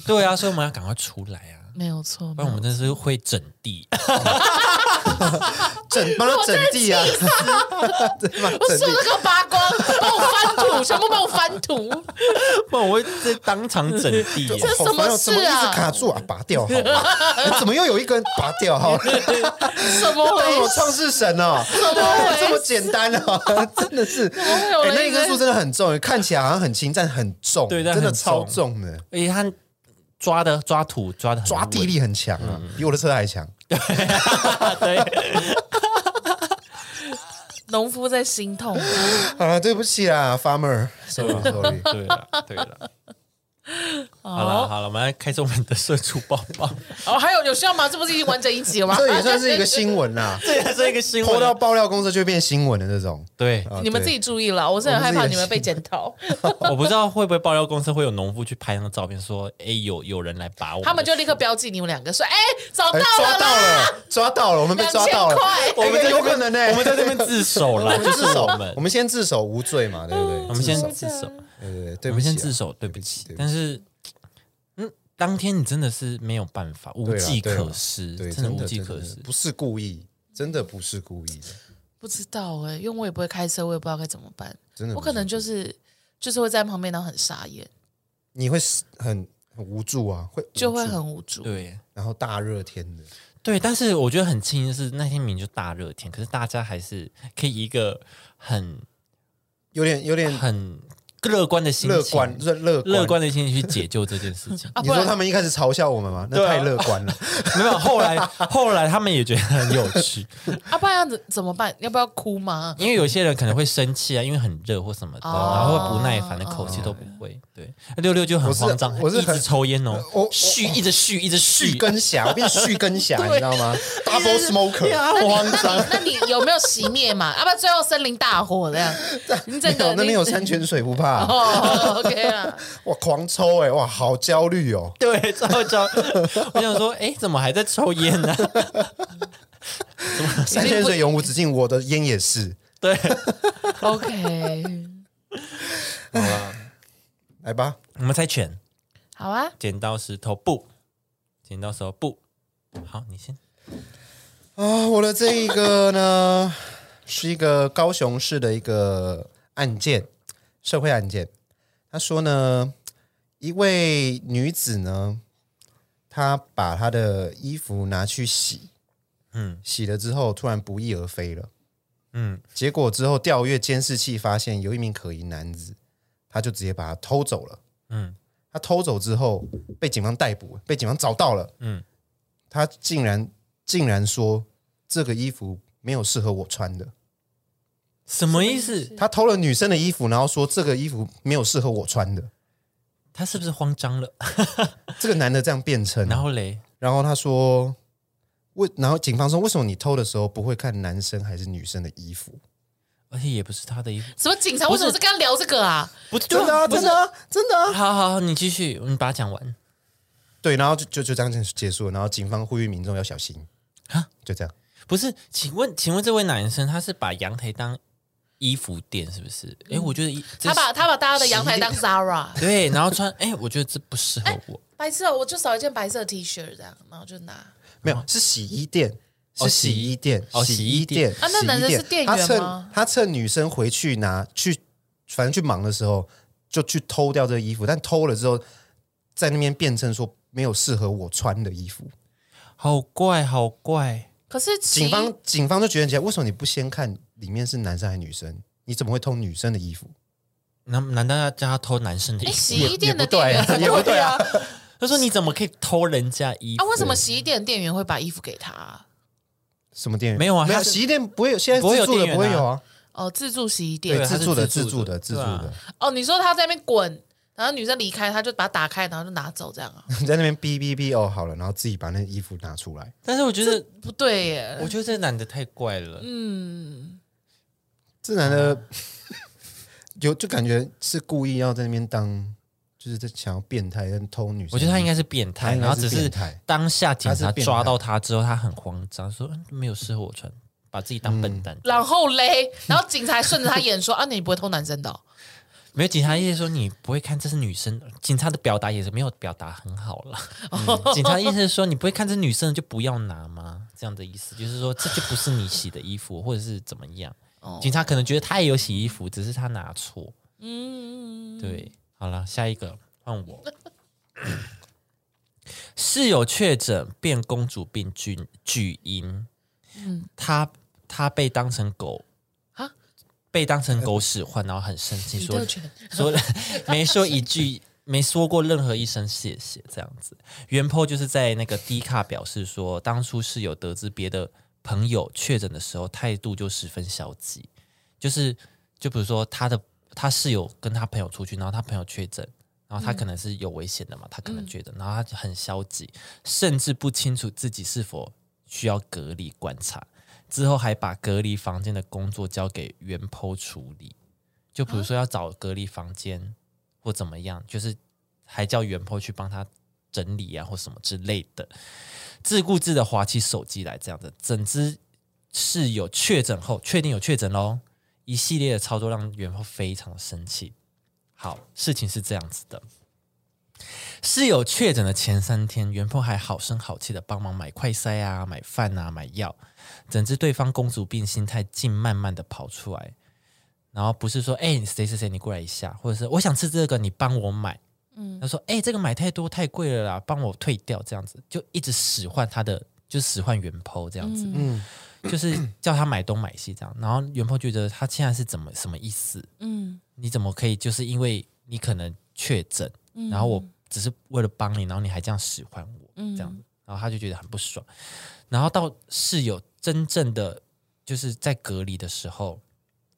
S1: 对啊，所以我们要赶快出来啊，
S2: 没有错，
S1: 不然我们真是会整
S3: *laughs*
S1: 地。
S3: 整帮他整地啊！ *laughs* 帮他
S2: 我
S3: 整
S2: 树
S3: 地啊
S2: 都给我拔光，帮我翻土，全部帮我翻土。
S1: 不然我会在当场整地 *laughs* 耶。
S2: 这什么事啊
S3: 怎么一直卡住啊？拔掉好
S1: *laughs*
S3: 了，怎么又有一根拔掉好了？
S2: 什么回
S3: 我
S2: 事？
S3: 创世神哦，
S2: 怎么回事
S3: 这么简单哦， *laughs* 真的是。
S2: 怎么会有
S3: 哎，
S2: 人
S3: 那一根
S2: 在
S3: 树真的很重，看起来好像很轻，但很重，
S1: 对但
S3: 真
S1: 很
S3: 的超重的，
S1: 而且他抓的抓土抓的
S3: 抓地，力很强啊，比我的车还强。
S1: 对，
S2: 农夫在心痛。啊
S3: 啊 *laughs* 好了，对不起啦，Farmer，sorry sorry，
S1: 对了对了，啊好了好了，我们来开始我们的社畜抱
S3: *laughs*
S1: 抱，，
S2: 哦，还有有需要吗？这不是已经完整一集了 *laughs* 吗？
S3: 这也算是一个新闻啦
S1: 这也是一个新
S3: 拖到
S1: 闻。
S3: 爆料公社就变新闻的那种。
S1: *laughs* 对，
S3: 啊
S2: *laughs* 你们自己注意了，我是很害怕你们被检讨，
S1: 我不知道会不会爆料公司会有农夫去拍那个照片，说，哎，有有人来把我，
S2: 他们就立刻标记你们两个，说哎找到
S3: 对哎抓
S2: 了
S3: 到
S2: 啦，
S3: 了，抓到了，我们被哎抓到
S2: 2000
S3: 了
S2: 块，
S1: 我们在这
S3: 哎
S1: 边
S3: 有可能呢，
S1: *laughs* 我们在这边自首
S3: *laughs*
S1: 啦，就是
S3: 自首
S1: 我们
S3: 我，们先自首无罪嘛，对不对？
S1: 我们先
S3: 自首
S1: 自首，
S3: 对对对，
S1: 我
S3: 对不
S1: 们
S3: 起啊，
S1: 先自首，对不起
S3: 对。不
S1: 但是，嗯，当天你真的是没有办法，无
S3: 对啦
S1: 计
S3: 对啦
S1: 可施，
S3: 对，
S1: 真的无计
S3: 真
S1: 可
S3: 的
S1: 施。
S3: 不是故意，真的不是故意的，
S2: 不知道哎、因为我也不会开车，我也不知道该怎么办，
S3: 真的嗯不嗯
S2: 我
S3: 是
S2: 可能就是就是会在旁边，然后很傻眼，
S3: 你会很很无助啊，会无
S2: 就会
S3: 助，
S2: 很无助。。
S1: 对
S3: 然后大热天的，
S1: 对，但是我觉得很庆幸的是那天明明就大热天，可是大家还是可以一个很
S3: 有点有点
S1: 很乐观的心情，
S3: 乐观，乐乐
S1: 乐观的心情去解救这件事情
S2: 啊，
S3: 你
S2: 不
S3: 说
S2: 然
S3: 他们一开始嘲笑我们吗？那
S1: 对啊
S3: 太乐
S1: *laughs*
S3: 观了。
S1: 没有，后来后来他们也觉得很有趣，
S2: 啊，不然要怎怎么办？要不要哭吗？
S1: 因为有些人可能会生气啊，因为很热或什么的，
S2: 哦
S1: 然后会不耐烦的口气都不会。对，六六就很
S3: 我是
S1: 慌张，
S3: 我是
S1: 一直
S3: 很
S1: 抽烟哦
S3: 我我，
S1: 续一直续一直续
S3: 续根侠，我变续根侠，你知道
S2: *laughs*
S3: 吗？Double
S1: 对
S3: smoker，
S1: 啊，我
S2: 那 *laughs* 你那你有没有熄灭嘛？啊要不然最后森林大火
S3: *laughs*
S2: 这样？你整
S3: 没有
S2: 个
S3: 那边有
S2: 你
S3: 山泉水不怕，
S2: 哦，OK 啦，
S3: 哇，狂抽哎，哇，好焦虑哦。
S1: 对超 *laughs* 焦，我想说，哎，怎么还在抽烟呢？ *laughs*
S3: 山泉水永无止境，我的烟也是。
S1: 对，
S2: OK，
S1: 好了，
S3: 来吧，
S1: 我们猜拳，
S2: 好啊，
S1: 剪刀石头布，剪刀石头布，好，你先。
S3: 啊，我的这一个呢， *laughs* 是一个高雄市的一个案件，社会案件。他说呢，一位女子呢，她把她的衣服拿去洗，
S1: 嗯
S3: 洗了之后突然不翼而飞了。
S1: 嗯，
S3: 结果之后调阅监视器，发现有一名可疑男子，他就直接把他偷走了。
S1: 嗯
S3: 嗯，他偷走之后被警方逮捕，被警方找到了。
S1: 嗯
S3: 嗯，他竟然竟然说这个衣服没有适合我穿的，
S1: 什么意思？
S3: 他偷了女生的衣服，然后说这个衣服没有适合我穿的。
S1: 他是不是慌张了？
S3: 这个男的这样辩称，
S1: 然后嘞，
S3: 然后他说为，然后警方说为什么你偷的时候不会看男生还是女生的衣服？
S1: 而且也不是他的衣服，
S2: 什么警察
S1: 不
S2: 为
S1: 是
S2: 什么是跟他聊这个啊？
S1: 不是
S3: 真的、啊，
S1: 不
S3: 真
S1: 是
S3: 的、啊，真的、啊。
S1: 好好，好你继续，你把它讲完。
S3: 对，然后就就就这样结结束了，然后警方呼吁民众要小心
S1: 啊，
S3: 就这样。
S1: 不是，请问，请问这位男生他是把阳台当衣服店是不是？哎、我觉得一这
S2: 他把他把大家的阳台当 Zara，
S1: 对，然后穿， *laughs* 哎、我觉得这不适合我。
S2: 白色，我就少一件白色 T 恤这样，然后就拿。
S3: 没有，是洗衣店，
S1: 嗯哦
S3: 是洗衣店，
S1: 哦洗
S3: 洗
S1: 衣
S3: 衣
S1: 店
S3: 店。
S2: 啊那
S3: 洗衣
S2: 男的是店
S3: 他
S2: 员
S3: 趁
S2: 吗
S3: 他趁女生回去拿去，反正去忙的时候就去偷掉这个衣服，但偷了之后，在那边辩称说没有适合我穿的衣服。
S1: 好怪，好怪，
S2: 可是其
S3: 警方警方就觉得起来，为什么你不先看里面是男生还是女生？你怎么会偷女生的衣服？
S1: 难难道要叫他偷男生的
S2: 哎
S1: 衣服？
S2: 洗衣店的
S3: 也不对
S2: 店员
S3: 啊也不对啊
S1: 他说你怎么可以偷人家衣服？
S2: 啊，为什么洗衣店的店员会把衣服给他啊？
S3: 什么店员
S1: 没有啊
S3: 没有
S1: 他是
S3: 洗衣店不会有，现在
S1: 不会有
S3: 自助的
S1: 店员啊
S3: 不会有啊，
S2: 哦，自助洗衣
S1: 对
S2: 店
S1: 啊
S3: 自助的
S1: 他是
S3: 自
S1: 自助
S3: 助
S1: 的
S3: 的自助
S1: 对
S3: 的 *laughs*
S1: 啊，
S2: 哦，你说他在那边滚，然后女生离开，他就把它打开，然后就拿走这样啊？
S3: 你在那边哔哔哔哦，好了，然后自己把那衣服拿出来，
S1: 但是我觉得，
S2: 不对
S1: 我
S2: 耶，
S1: 觉得这男的太怪了。
S3: 这男的、 *laughs* 有就感觉是故意要在那边当，就是在想要变态，但偷女生。
S1: 我觉得他应该是变态，
S3: 哎他应该
S1: 然后只
S3: 是
S1: 是
S3: 变态
S1: 当下警
S3: 他
S1: 察
S3: 是变态
S1: 抓到他之后，他很慌张，说嗯没有适合我穿，把自己当
S3: 嗯
S1: 笨蛋。
S2: 然后嘞，然后警察顺着他眼说啊，你不会偷男生的哦、
S1: 没有警察意思说你不会看这是女生，警察的表达也是没有表达很好了。嗯警察意思是说你不会看这女生就不要拿吗？这样的意思就是说这就不是你洗的衣服，或者是怎么样。警察可能觉得他也有洗衣服，只是他拿错。
S2: 嗯，
S1: 对，好了，下一个换我。室友确诊变公主病巨巨婴，他他被当成狗
S2: 嗯啊呃
S1: 被当成狗使唤，然后很生气，
S2: 比
S1: 说
S2: 特犬
S1: 说
S2: *laughs*
S1: 没说一句，没说过任何一声谢谢，这样子。原 po 就是在那个 D 卡表示说，当初室友得知别的朋友确诊的时候，态度就十分消极，就是就比如说他的他室友跟他朋友出去，然后他朋友确诊，然后他可能是有危险的嘛，他可能觉得，然后他就很消极，甚至不清楚自己是否需要隔离观察，之后还把隔离房间的工作交给原剖处理，就比如说要找隔离房间或怎么样，就是还叫原剖去帮他整理啊或什么之类的，自顾自的划起手机来这样子，整只室友确诊后，确定有确诊喽，一系列的操作让原剖非常生气。好，事情是这样子的。室友确诊的前三天，袁峰还好声好气的帮忙买快塞啊、买饭啊、买药，整治对方公主病心态竟慢慢的跑出来，然后不是说哎、谁谁谁你过来一下，或者是我想吃这个你帮我买，嗯，他说哎、这个买太多太贵了啦，帮我退掉这样子，就一直使唤他的，就使唤袁坡这样子，
S3: 嗯
S1: 就是叫他买东买西这样，然后袁坡觉得他现在是怎么什么意思，
S2: 嗯
S1: 你怎么可以就是因为你可能确诊，然后我只是为了帮你，然后你还这样使唤我，这样子，然后他就觉得很不爽。然后到室友真正的就是在隔离的时候，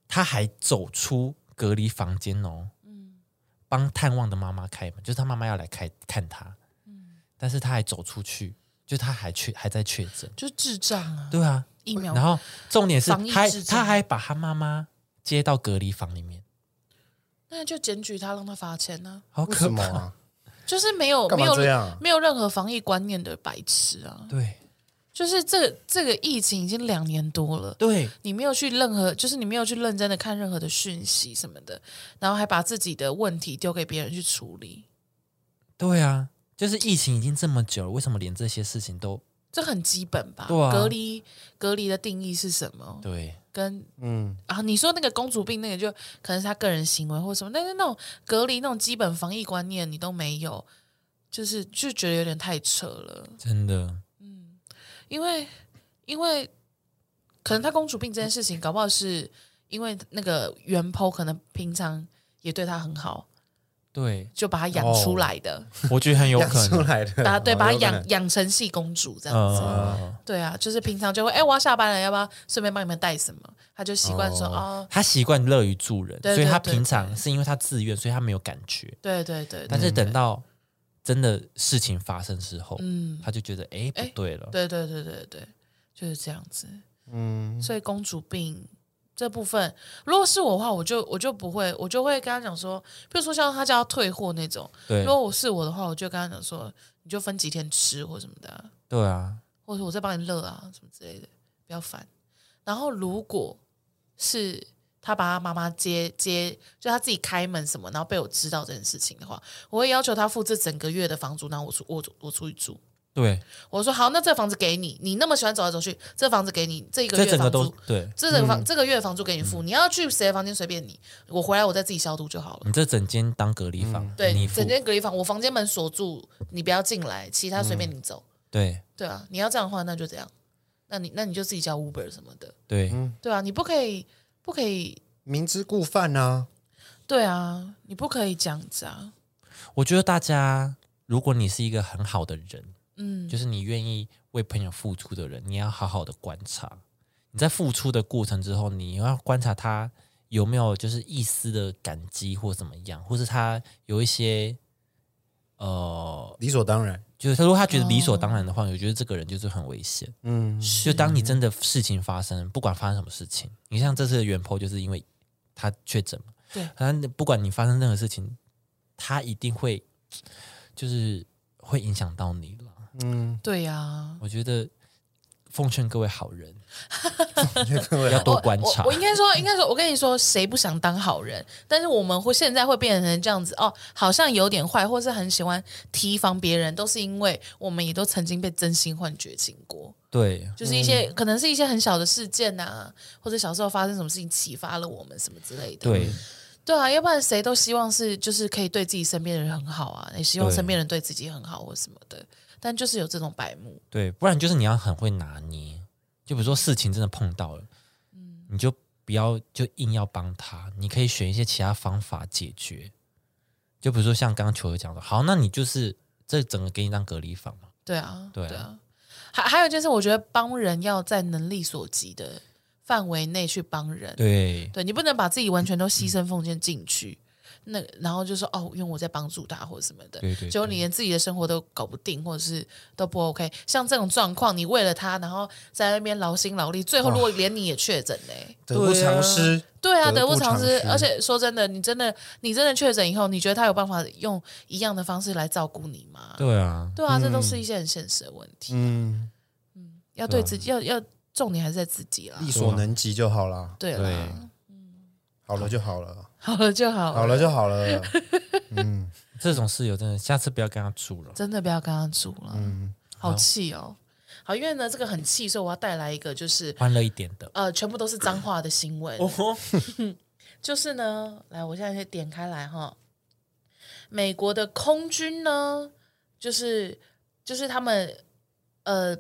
S1: 他还走出隔离房间哦，帮探望的妈妈开门，就是他妈妈要来开看他，但是他还走出去，就他还确还在确诊，
S2: 就智障啊，
S1: 对啊，
S2: 疫苗
S1: 然后重点是
S2: 防疫
S1: 还
S2: 智障
S1: 他还把他妈妈接到隔离房里面，
S2: 那就检举他，让他罚钱呢、
S1: 好
S3: 为
S1: 可
S3: 什么
S1: 怕，
S3: 啊？
S2: 就是没有
S3: 干
S2: 没
S3: 嘛
S2: 有
S3: 这样
S2: 没有任何防疫观念的白痴啊！
S1: 对。
S2: 就是这个这个疫情已经两年多了，
S1: 对，
S2: 你没有去任何，就是你没有去认真的看任何的讯息什么的，然后还把自己的问题丢给别人去处理，
S1: 对啊，就是疫情已经这么久了，为什么连这些事情都
S2: 这很基本吧？
S1: 对啊
S2: 隔离隔离的定义是什么？
S1: 对？
S2: 跟
S1: *laughs*
S3: *laughs* 嗯，
S2: 啊，你说那个公主病那个就可能是他个人行为或什么，但是那种隔离那种基本防疫观念你都没有，就是就觉得有点太扯了。
S1: 真的，
S2: 因为因为可能他公主病这件事情，搞不好是因为那个原 po 可能平常也对他很好，
S1: 对，
S2: 就把他养出来的，
S1: 我觉得很有
S3: 养出来的，
S2: 把他对
S3: 哦
S2: 把他
S3: 有可
S2: 养
S3: 能
S2: 养成系公主这样子。
S1: 呃，
S2: 对啊，就是平常就会哎、我要下班了，要不要顺便帮你们带什么？他就习惯说
S1: *laughs*
S2: 哦
S1: 他习惯乐于助人，
S2: 对
S1: 所以
S2: 对
S1: 他
S2: 对
S1: 平
S2: 对嗯
S1: 常是因为他自愿，所以他没有感觉。
S2: 对对对，
S1: 但是
S2: 对
S1: 等到真的事情发生之后，
S2: 嗯，
S1: 他就觉得哎不
S2: 哎
S1: 对了，
S2: 对对对对对，就是这样子。
S3: 嗯，
S2: 所以公主病这部分，如果是我的话，我就我就不会，我就会跟他讲说，比如说像他叫他退货那种，
S1: 对
S2: 如果我是我的话，我就跟他讲说，你就分几天吃或什么的啊、
S1: 对啊，
S2: 或者我再帮你热啊什么之类的，不要烦。然后如果是他把他妈妈接接，就他自己开门什么，然后被我知道这件事情的话，我会要求他付这整个月的房租，然后我出我我出去住。
S1: 对，
S2: 我说好，那这房子给你，你那么喜欢走来走去，这房子给你，这一个
S1: 这
S2: 月
S1: 整
S2: 房租
S1: 个都嗯对
S2: 这个房、这个月的房租给你付，你要去谁的房间随便你，我回来我再自己消毒就好了。
S1: 你这整间当隔离房，
S2: 嗯对
S1: 你，付
S2: 整间隔离房，我房间门锁住，你不要进来，其他随便
S1: 嗯
S2: 你走。
S1: 对
S2: 对啊，你要这样的话，那就这样。那你那你就自己叫 Uber 什么的，
S1: 对
S2: 对啊，你不可以不可以，
S3: 明知故犯啊，
S2: 对啊，你不可以这样子啊，
S1: 我觉得大家，如果你是一个很好的人，
S2: 嗯
S1: 就是你愿意为朋友付出的人，你要好好的观察。你在付出的过程之后，你要观察他有没有就是一丝的感激或怎么样，或是他有一些呃，
S3: 理所当然。
S1: 就是他如果他觉得理所当然的话，我觉得这个人就是很危险。
S3: 嗯，
S1: 就当你真的事情发生，不管发生什么事情，你像这次的原 po 就是因为他确诊嘛，
S2: 对
S1: 反正不管你发生任何事情，他一定会就是会影响到你了。嗯
S3: *laughs*
S2: 对啊。
S1: 我觉得奉劝各位好人，
S3: 各位
S1: 要
S3: 好
S1: 多观察
S2: 我我应该说，应该说，我跟你说，谁不想当好人？但是我们会现在会变成这样子哦，好像有点坏，或是很喜欢提防别人，都是因为我们也都曾经被真心换绝情过。
S1: 对
S2: 就是一
S1: 嗯
S2: 些、可能是一些很小的事件呐、或者小时候发生什么事情启发了我们什么之类的。
S1: 对
S2: 对啊，要不然谁都希望是就是可以对自己身边的人很好啊，也希望
S1: 对
S2: 身边人对自己很好或什么的。但就是有这种白目，
S1: 对，不然就是你要很会拿捏。就比如说事情真的碰到了，
S2: 嗯
S1: 你就不要就硬要帮他，你可以选一些其他方法解决。就比如说像刚刚球友讲的，好，那你就是这整个给你当隔离房嘛。
S2: 对啊，
S1: 对啊
S2: 啊。还还有一件事，我觉得帮人要在能力所及的范围内去帮人。
S1: 对
S2: 对你不能把自己完全都牺牲奉献进去。那然后就说哦，因为我在帮助他或者什么的，
S1: 对对对
S2: 结果你连自己的生活都搞不定，或者是都不 OK，像这种状况，你为了他，然后在那边劳心劳力，最后如果连你也确诊嘞、
S3: 得不偿失。
S2: 对啊，
S3: 得
S2: 得
S3: 不
S2: 不偿
S3: 偿
S2: 失
S3: 失。
S2: 而且说真的，你真的你真的确诊以后，你觉得他有办法用一样的方式来照顾你吗？
S1: 对啊，
S2: 对啊，这都是一些很现实的问题。
S3: 嗯，
S2: 要对自己，要要重点还是在自己啦。
S1: 啊
S3: 力所能及就好啦，
S2: 对啊
S1: 对
S2: 啦，
S3: 好了就好了，
S2: 好了就好了，
S3: 好了就好了。嗯
S1: 这种室友真的，下次不要跟他住了。
S2: 真的不要跟他住了，
S3: 嗯，
S2: 好气哦。好，因为呢这个很气，所以我要带来一个就是
S1: 欢乐一点
S2: *laughs*
S1: 的，
S2: 呃，全部都是脏话的新闻。
S1: 哦
S2: 就是呢，来，我现在先点开来哈。美国的空军呢，就是就是他们呃，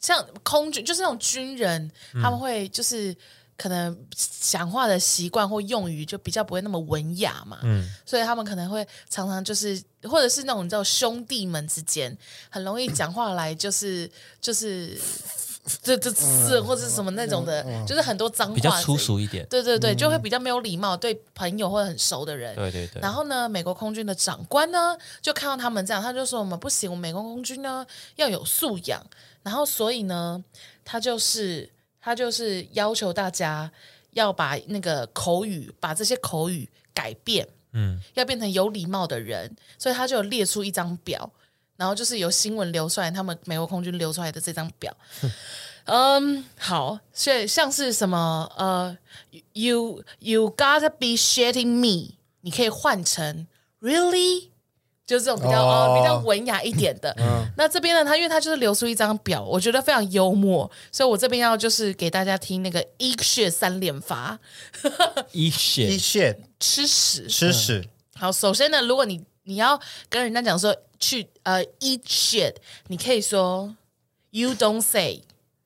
S2: 像空军就是那种军人，他们会就是可能讲话的习惯或用语就比较不会那么文雅嘛，
S1: 嗯，
S2: 所以他们可能会常常就是，或者是那种你知道兄弟们之间很容易讲话来就是就是这这是或者是什么那种的，就是很多脏话
S1: 比较粗俗一点。
S2: 对对对，就会比较没有礼貌，对朋友或者很熟的人。
S1: 对对对，
S2: 然后呢，美国空军的长官呢，就看到他们这样，他就说我们不行，我们美国空军呢要有素养。然后所以呢，他就是他就是要求大家要把那个口语，把这些口语改变，
S1: 嗯，
S2: 要变成有礼貌的人。所以他就有列出一张表，然后就是有新闻流出来，他们美国空军流出来的这张表。嗯，好，所以像是什么呃，you you gotta be shitting me，你可以换成 really，就是这种比较、
S3: 哦
S2: 呃比较文雅一点的。那这边呢，他因为他就是留出一张表，我觉得非常幽默，所以我这边要就是给大家听那个一血三连发
S1: 一
S3: 一
S1: 血
S3: 切
S2: 吃屎。
S3: 吃屎，
S2: 好，首先呢，如果你你要跟人家讲说去呃 eat shit，你可以说 you don't say，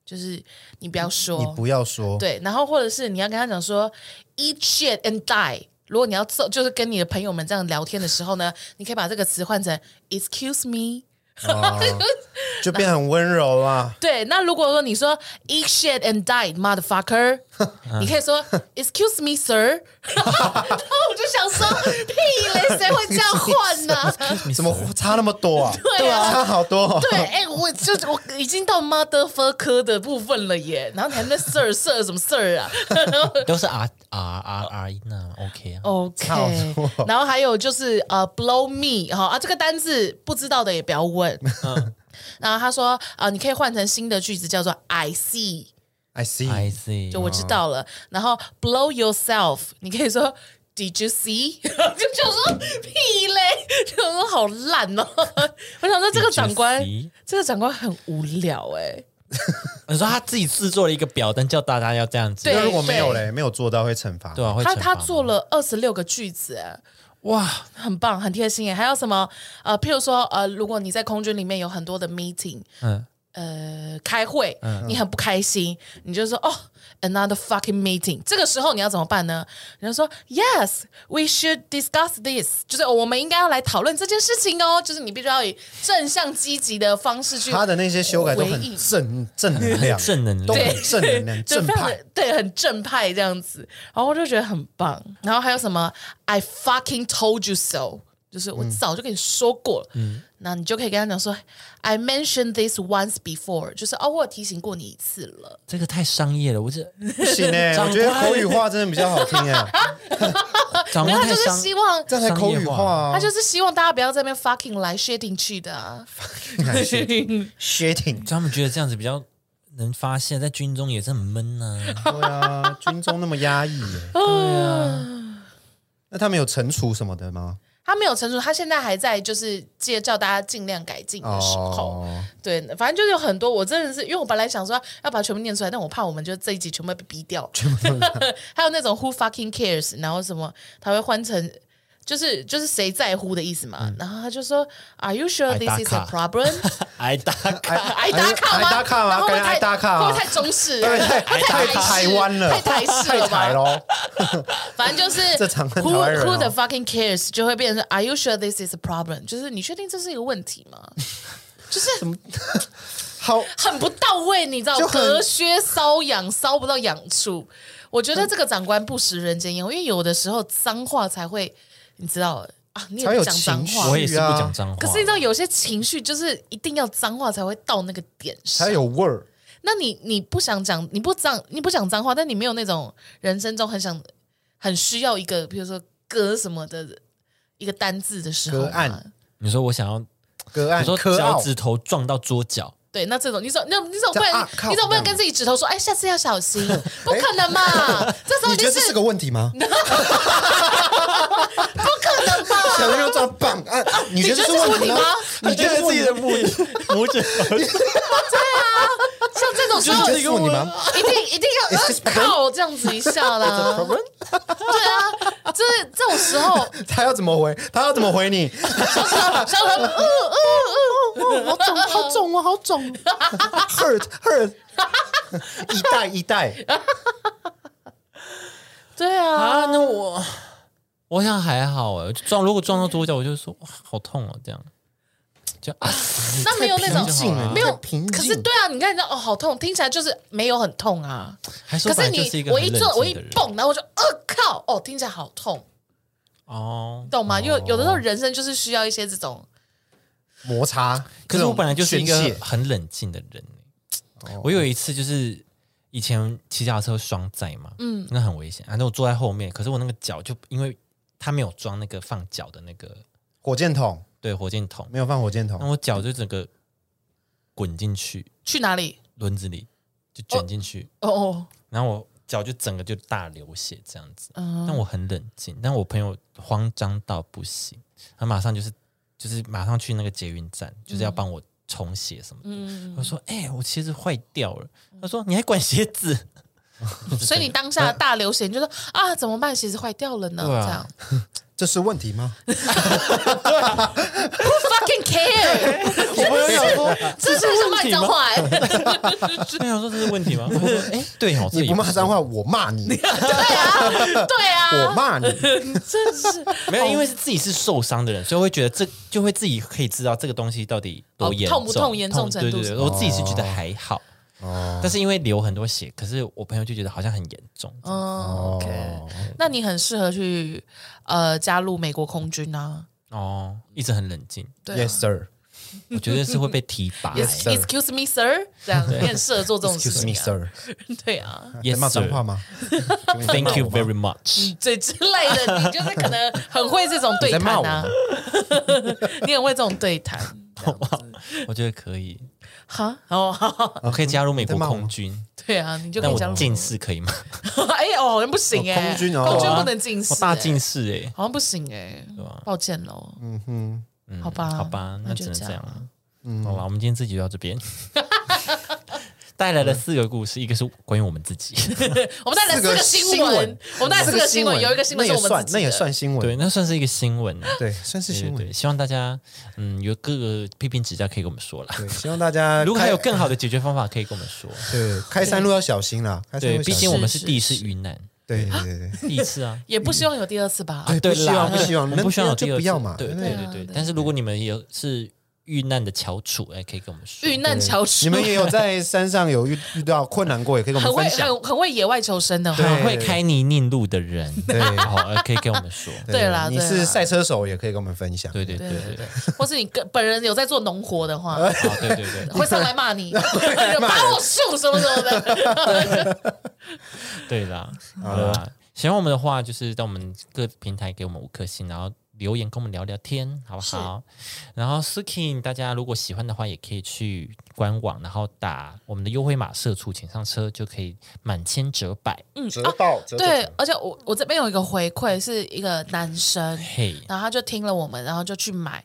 S2: 就是你不要说，
S1: 嗯
S3: 你不要说，
S2: 对，然后或者是你要跟他讲说 eat shit and die。如果你要揍，就是跟你的朋友们这样聊天的时候呢，你可以把这个词换成 excuse me。
S3: 就变很温柔啊啦。
S2: 对，那如果说你说 eat shit and die
S3: *laughs*
S2: motherfucker，你可以说 excuse me sir。然 *laughs* 后我就想说，屁嘞，谁会这样换
S3: *laughs*
S2: 呢、
S3: 怎么差那么多啊？
S2: *laughs* 对啊
S3: 差好多哦。
S2: 对，哎、我就我已经到 motherfucker 的部分了耶，然后你还在 sir sir 什么 sir 啊
S1: 都是 R R R R 那 OK 啊，
S2: ？OK，
S3: 差不多
S2: 然后还有就是呃、blow me 哈、啊，这个单字不知道的也不要问。
S1: 嗯
S2: 然后他说啊、你可以换成新的句子叫做 I see，
S3: I see，
S1: I see，哦
S2: 就我知道了。然后 blow yourself，你可以说 Did you see？就 *laughs* 想说屁嘞，就想说好烂哦。我想说这个
S1: Did you
S2: 长官
S1: see？，
S2: 这个长官很无聊哎、
S1: 你说他自己制作了一个表单，叫大家要这样子，
S2: 对
S3: 那如果没有嘞，没有做到会惩罚。
S1: 对啊，会
S2: 他
S1: 惩
S2: 他
S1: 罚吗
S2: 做了二十六个句子，哎
S1: 哇，
S2: 很棒，很贴心耶。还有什么？呃，譬如说，呃，如果你在空军里面有很多的 meeting，
S1: 嗯，
S2: 呃，开会，你很不开心，你就说哦，another fucking meeting。这个时候你要怎么办呢？你就说，Yes，we should discuss this，就是、哦我们应该要来讨论这件事情哦。就是你必须要以正向积极的方式去
S3: 他的那些修改都
S2: 回
S3: 很
S2: 应
S3: 正正能量，
S1: 正能
S3: 都
S1: 量，
S3: 很正能量，
S2: 就
S3: 正
S2: 非常
S3: 派
S2: 的。对，很正派这样子，然后我就觉得很棒。然后还有什么？I fucking told you so，就是我早就跟你说过了。嗯，那你就可以跟他讲说，I mentioned this once before，就是哦，我有提醒过你一次了。
S1: 这个太商业了，我这
S3: 不行哎、
S1: 长
S3: 我觉得
S1: 官
S3: 口语化真的比较好听哎、
S2: *laughs*
S1: 长
S2: 没有，
S1: 官太
S2: 他就是
S1: 商，
S2: 希望，
S3: 这样才口语化
S2: 他
S3: 啊。
S2: 就是希望大家不要在那边 fucking 来 shitting 去的啊。
S3: shitting，
S1: 他们觉得这样子比较能发现，在军中也是很闷呐。
S3: 对啊，军中那么压抑、
S2: *laughs*
S3: 欸，
S2: 哦
S3: 那他们有惩处什么的吗？
S2: 他没有成熟，他现在还在就是介叫大家尽量改进的时候。
S3: 哦，
S2: 对，反正就是有很多，我真的是因为我本来想说要把它全部念出来，但我怕我们就这一集全部被逼掉。 *laughs* 还有那种 Who fucking cares，然后什么他会换成。就是就是谁在乎的意思嘛，
S3: 嗯
S2: 然后他就说，Are you sure
S1: 挨
S2: this
S1: 打
S2: is
S1: 卡
S2: a problem？
S1: *laughs*
S3: *laughs*
S1: 挨打卡，
S2: 挨打卡吗？
S3: 挨打卡吗
S2: 然后会不会
S3: 感觉挨
S2: 太
S3: 打卡
S2: 会
S3: 啊
S2: 不会太中式
S3: 对，
S2: 了？
S3: 太太
S2: 台
S3: 台
S2: 式
S3: 湾了，
S2: 太台式
S3: 太
S2: 了
S3: 台
S2: 吧？
S3: 喽。
S2: 反正就是
S3: *laughs* 这常跟
S2: Who
S3: 台湾人
S2: Who the
S3: 哦
S2: fucking cares 就会变成 Are you sure this is a problem？就是你确定这是一个问题
S3: *laughs*
S2: 吗？就是
S3: 好，
S2: 很不到位，你知道
S3: 就，很
S2: 隔靴搔痒，搔不到痒处。我觉得这个长官不食人间烟火，因为有的时候脏话才会，你你知道啊，你也
S3: 才
S2: 不
S3: 有
S2: 讲脏
S3: 情绪
S2: 话，
S1: 我也是不
S3: 啊
S1: 讲脏话。
S2: 可是你知道，有些情绪就是一定要脏话才会到那个点上
S3: 才。有味儿。
S2: 那你你不想讲，你不脏，你不讲脏话，但你没有那种人生中很想、很需要一个，比如说歌什么的一个单字的时候
S3: 隔岸
S2: 嘛，
S1: 你说我想要，
S3: 隔岸
S1: 你说
S3: 科
S1: 脚
S3: 奥，
S1: 趾头撞到桌角，
S2: 对，那这种你怎那你怎么不
S3: 这
S2: 能、
S3: 啊靠
S2: 你怎么不能跟自己指头说，哎，下次要小心？
S3: *laughs*
S2: 不可能嘛，这时候
S3: 哎你
S2: 一
S3: 觉
S2: 定
S3: 得这
S2: 是
S3: 是个问题吗？
S2: 不可能吧？
S3: 想要撞棒啊？啊你觉得这是问题吗？你觉得是问题
S1: 拇指 *laughs* 拇指，
S2: 像这种时
S3: 你
S2: 候
S3: 觉得这是问题吗？
S2: 一定一定要
S3: Is this
S2: 呃靠这样子一下啦，对啊，就是这种时候，
S3: 他要怎么回？他要怎么回你？
S2: 像像像呃
S3: 好肿，好肿哦，好肿，hurt hurt，一代一代，
S2: 对啊，
S1: 啊，那我我想还好哎，撞如果撞到左脚，我就说哇好痛哦，这样就啊，
S2: *laughs* 那没有那种
S3: 太平静了
S2: 没有
S3: 太平静
S2: 可是对啊，你看你知道哦，好痛，听起来就是没有很痛啊。
S1: 还说
S2: 可
S1: 本来就是
S2: 你
S1: 一个
S2: 我
S1: 很
S2: 一
S1: 冷
S2: 坐我
S1: 静
S2: 一
S1: 的人
S2: 蹦，然后我就呃靠，哦，听起来好痛，
S1: 哦，
S2: 懂吗？有有的时候人生就是需要一些这种，
S3: 摩擦。
S1: 可是我本来就是一个
S3: 这种宣哦泄
S1: 很冷静的人欸。我有一次就是以前骑脚踏车双载嘛，嗯，那很危险。反正我坐在后面，可是我那个脚就因为它没有装那个放脚的那个
S3: 火箭筒，
S1: 对火箭筒，
S3: 没有放火箭
S1: 那
S3: 筒，
S1: 我脚就整个滚进去
S2: 去哪里？
S1: 轮子里，就卷进去，
S2: 哦哦，
S1: 然后我脚就整个就大流血这样子。 *laughs*
S2: 嗯
S1: 但我很冷静，但我朋友慌张到不行，他马上就是就是马上去那个捷运站，就是要帮我重写什么的。
S2: 嗯，
S1: 我说：“哎、我鞋子坏掉了。”他说：“你还管鞋子
S2: 所以你当下大流血，你就说啊，怎么办？鞋子坏掉了呢？
S1: 对啊
S2: 这样
S3: 这是问题吗？
S2: ，Who fucking
S1: *laughs*
S2: care？
S1: 我朋友想 *laughs* 说
S2: 这是什么骂你脏话？欸：“
S1: 我想说这是问题吗？”我说：“哎、对哦，这
S3: 你
S1: 也
S3: 不骂
S1: 是
S3: 脏话，我骂你，
S2: 对
S3: 我
S2: 啊，
S3: 骂你，
S2: 真是
S1: 没有，因为是自己是受伤的人，所以会觉得这就会自己可以知道这个东西到底多严重，
S2: 哦痛不痛严重程度
S1: 对对对，我自己是觉得还好，但是因为流很多血，可是我朋友就觉得好像很严重。
S2: 嗯，OK，那
S1: 哦
S2: 你很适合去呃加入美国空军啊。
S1: 哦，一直很冷静，
S2: 对啊
S3: Yes sir，
S1: 我觉得是会被提拔、
S3: Yes, sir.
S2: Excuse me, sir，这样你很适合做这种事
S3: Excuse me
S2: 情、啊。
S3: sir，
S2: *laughs* 对啊，
S1: Yes,
S3: 在骂脏
S1: sir.
S3: 话吗
S1: *laughs* Thank you very much。
S2: 这之类的，你就是可能很会这种对谈啊， *laughs* 你很会这种对谈。
S1: 我觉得可以，
S2: 哈，哦，哈哈
S1: 我可以加入美国
S3: 你在骂我
S1: 空军，
S2: 对啊，你就可
S1: 但
S2: 以
S1: 我
S2: 加入。
S1: 近视可以吗？
S2: *laughs* 哎哦，好像不行哎、
S3: 空军哦
S2: 空军
S1: 对啊
S2: 不能近视、
S1: 我
S2: 欸，
S1: 大近视哎，
S2: 好像不行哎、
S1: 对吧？
S2: 抱歉喽。嗯哼，好吧，
S1: 好吧，那只
S2: 就
S1: 能这
S2: 这
S1: 样。了。好了，我们今天这集就到这边。带来了四个故事，一个是关于我们自己，
S2: 我们带来四个新闻，我们带来四个新闻，有一个新闻是
S3: 那
S2: 我
S3: 也
S2: 们
S3: 算，
S2: 自己的
S3: 那也算新
S1: 对，
S3: 闻，
S1: 那算是一个新闻啊。
S3: 对，算是
S1: 对对
S3: 新闻
S1: 对，。希望大家嗯有各个批评指教可以跟我们说啦。
S3: 对，希望大家
S1: 如果
S3: 开
S1: 还有更好的解决方法，可以跟我们说。
S3: 对开山路要小心啦，开山路
S1: 对，
S3: 要
S1: 毕
S3: 小
S1: 竟
S3: 心
S1: 我们是
S2: 是
S1: 第一次遇难，
S3: 对对
S1: *laughs*
S3: 对对，
S1: 第一次啊。
S2: 也不希望有第二次吧。
S3: 对
S1: 对
S3: 不希望
S1: 啦
S3: 哎不希望
S1: 我
S3: 能
S1: 不希望有
S3: 就
S1: 第二
S3: 不
S1: 次
S3: 要嘛
S1: 对
S3: 对
S1: 对
S2: 对啊
S1: 对对
S2: 对。
S1: 但是如果你们有是遇难的翘楚，哎，可以跟我们说。
S2: 遇难翘楚，
S3: 你们也有在山上有遇遇到困难过，也可以跟我
S2: 很
S3: 们
S2: 会
S3: 分享。
S2: 很很会野外求生的
S1: 很
S2: 哈。
S1: 会开泥泞路的人，
S3: 对
S1: *laughs* 好，哎可以跟我们说。
S2: 对啦
S3: 你
S2: 对啦
S3: 是赛车手，也可以跟我们分享。
S1: 对对对
S2: 对
S1: 对
S2: 对
S1: 对
S2: 对，，或是你跟本人有在做农活的话，
S1: 好，对对对。
S2: 会上来骂你， *laughs* 把我树什么什么的。
S1: 对啦，
S2: *laughs*
S1: 好啦，喜欢我们的话，就是到我们各平台给我们五颗星，然后留言跟我们聊聊天，好不好？然后 Suki，大家如果喜欢的话，也可以去官网，然后打我们的优惠码“社畜请上车”，就可以满千折百。嗯，
S3: 折到折
S2: 对，而且我我这边有一个回馈，是一个男生，
S1: 嘿， *laughs*
S2: 然后他就听了我们，然后就去买。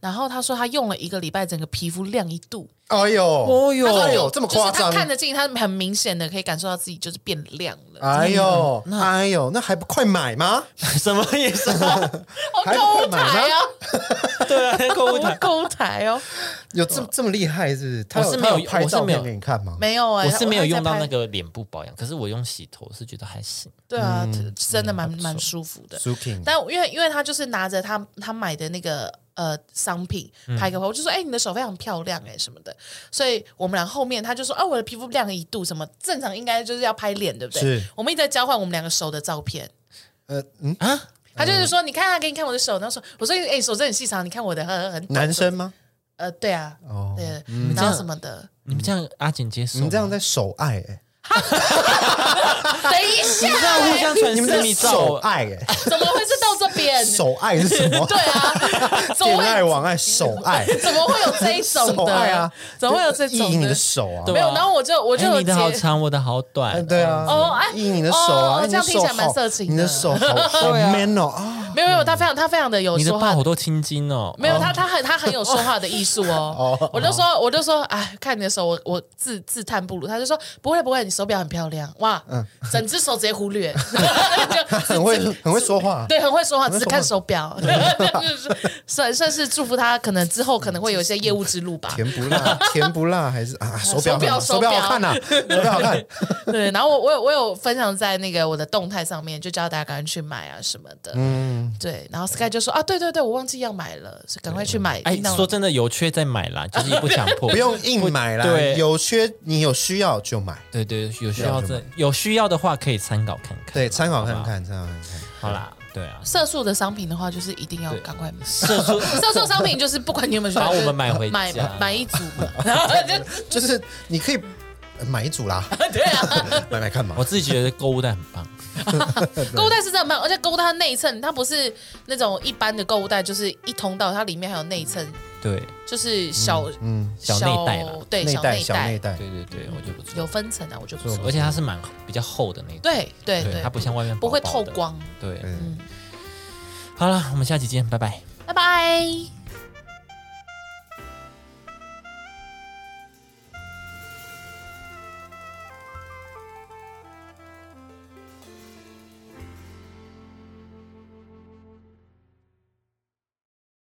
S2: 然后他说他用了一个礼拜，整个皮肤亮一度。
S3: 哎呦，哦
S2: 他说
S3: 哎
S2: 有
S3: 呦，这么
S2: 就是
S3: 夸
S2: 他
S3: 张，
S2: 看得进，他很明显的可以感受到自己就是变亮了。
S3: 哎呦，
S1: 嗯
S3: 哎呦，那还不快买吗？
S1: 什么意思？
S2: 好
S3: 还
S2: 购
S3: 不
S2: 物
S3: 快买
S2: 台啊，
S1: 对
S3: *laughs*
S1: 啊，购物
S2: 好
S1: 台。
S2: 购物台哦，
S3: 有这么这么厉害是不是？他
S1: 我
S3: 有
S1: 是
S3: 他
S1: 没有
S3: 有拍
S1: 我是
S3: 照
S1: 没
S3: 片
S1: 有
S3: 给你看吗？
S2: 没有哎，
S1: 我是没有
S2: 还在
S1: 用到
S2: 拍
S1: 那。个脸部保养，可是我用洗头是觉得还行。
S2: 对啊，真的蛮蛮舒服的。
S3: Suking，
S2: 但因为因为他就是拿着他他买的那个呃商品
S3: 嗯
S2: 拍个我就说哎、你的手非常漂亮哎、什么的，所以我们俩后面他就说哦、我的皮肤亮了一度什么，正常应该就是要拍脸对不对？
S3: 是
S2: 我们一直在交换我们两个手的照片，
S3: 呃嗯，
S1: 啊，
S2: 他就是说，你看他给你看我的手，然后说，我说，哎、手真的很细长，你看我的很很短
S3: 男生吗？
S2: 呃，对啊，
S3: 哦
S2: 对，然后什么的。
S1: 你们这样阿简接受吗？
S3: 你这样在手爱哎、
S2: 啊等一下
S1: 你，们这样互相传
S3: 你们
S1: 私
S3: 在
S1: 密
S3: 手
S1: 照，
S3: 爱哎、
S2: *laughs* 怎么会是到这边？
S3: 手爱是什么？
S2: 对 *laughs* 啊，怎么
S3: 恋爱
S2: 会
S3: 网爱手爱，
S2: *laughs* 怎么会有这一种
S3: 手
S2: 的
S3: 爱啊，
S2: 怎么会有这
S3: 意淫
S2: 种
S3: 你
S2: 的
S3: 的？手啊
S1: 对，
S2: 没有，然后我就我就
S1: 哎
S2: 有
S1: 你的好
S2: 截，
S1: 长，我的好
S3: 哎
S1: 短，
S3: 对啊，
S2: 哦哎
S3: 意淫你的手啊，
S2: 哦
S3: 哎你的
S2: 这样听起来
S3: 手
S2: 蛮
S3: 好
S2: 色情的
S3: 你的手
S2: *laughs*
S3: 好好 man 哦啊，
S2: 没有没有，他非常他非常的有
S1: 你的
S2: 说
S1: 爸
S2: 话
S1: 好多青筋哦，
S2: 没有他，他很他很有说话的艺术
S1: *laughs*
S2: 哦。我就说，我就说，哎，看你的手，我我自自叹不如。他就说，不会不会，你手表很漂亮哇，
S1: 嗯
S2: *laughs* 整只手直接忽略， *laughs* 就 *laughs*
S3: 很会很会说话，
S2: 对，很会说话，只看手表，
S1: *laughs*
S2: *laughs* 就是算算是祝福他，可能之后可能会有一些业务之路吧。
S3: 甜不辣，甜不辣还是啊手表
S2: 手表
S3: 好手表
S2: 手表
S3: 好
S2: *laughs*
S3: 看呐，手表好看，
S2: 对，然后我我有我有分享在那个我的动态上面，就叫大家赶快去买啊什么的。嗯，对，然后 Sky 就说啊，对对对，我忘记要买了，所以赶快去买。
S1: 哎
S2: 叮，当
S1: 说真的，有缺再买啦，就是也不强迫，
S3: *laughs* 不用硬买啦，
S1: 对
S3: 有缺你有需要就买，
S1: 对对，有需要这有需要的话可以参考看看，
S3: 对，参考看
S1: 好
S3: 看，参考看看，
S1: 不好，好啦，对
S3: *laughs*
S1: 啊，
S2: 色素的商品的话，就是一定要赶快买。
S1: 射出
S2: *laughs* 色素商品就是不管你有没有需要，
S1: 把
S2: 就是
S1: 我们买回
S2: 买
S1: 家
S2: 买一组
S1: *laughs*
S2: 嘛，然后就
S3: 就是你可以呃买一组啦，
S2: 对啊，
S3: 买来干嘛
S1: 我？自己觉得购物袋很棒，
S2: 购物袋是这样卖，而且购物袋它内衬，它不是那种一般的购物袋，就是一通道，它里面还有内衬，
S1: 对
S2: 就是小
S3: 嗯，
S1: 小内袋啦，
S2: 对，
S3: 内
S2: 小
S3: 袋
S2: 内
S3: 小内
S2: 袋
S3: 袋，
S1: 对对对，我觉得不错
S2: 有，分层啊，我就不
S1: 不错
S2: 说
S1: 而。且它是蛮比较厚的那种，
S2: 对对对，
S1: 它不像外面
S2: 不会
S1: 薄薄
S2: 透
S1: 的，
S2: 光。
S1: 对，
S3: 嗯
S1: 好了，我们下期见，拜拜。
S2: 拜拜。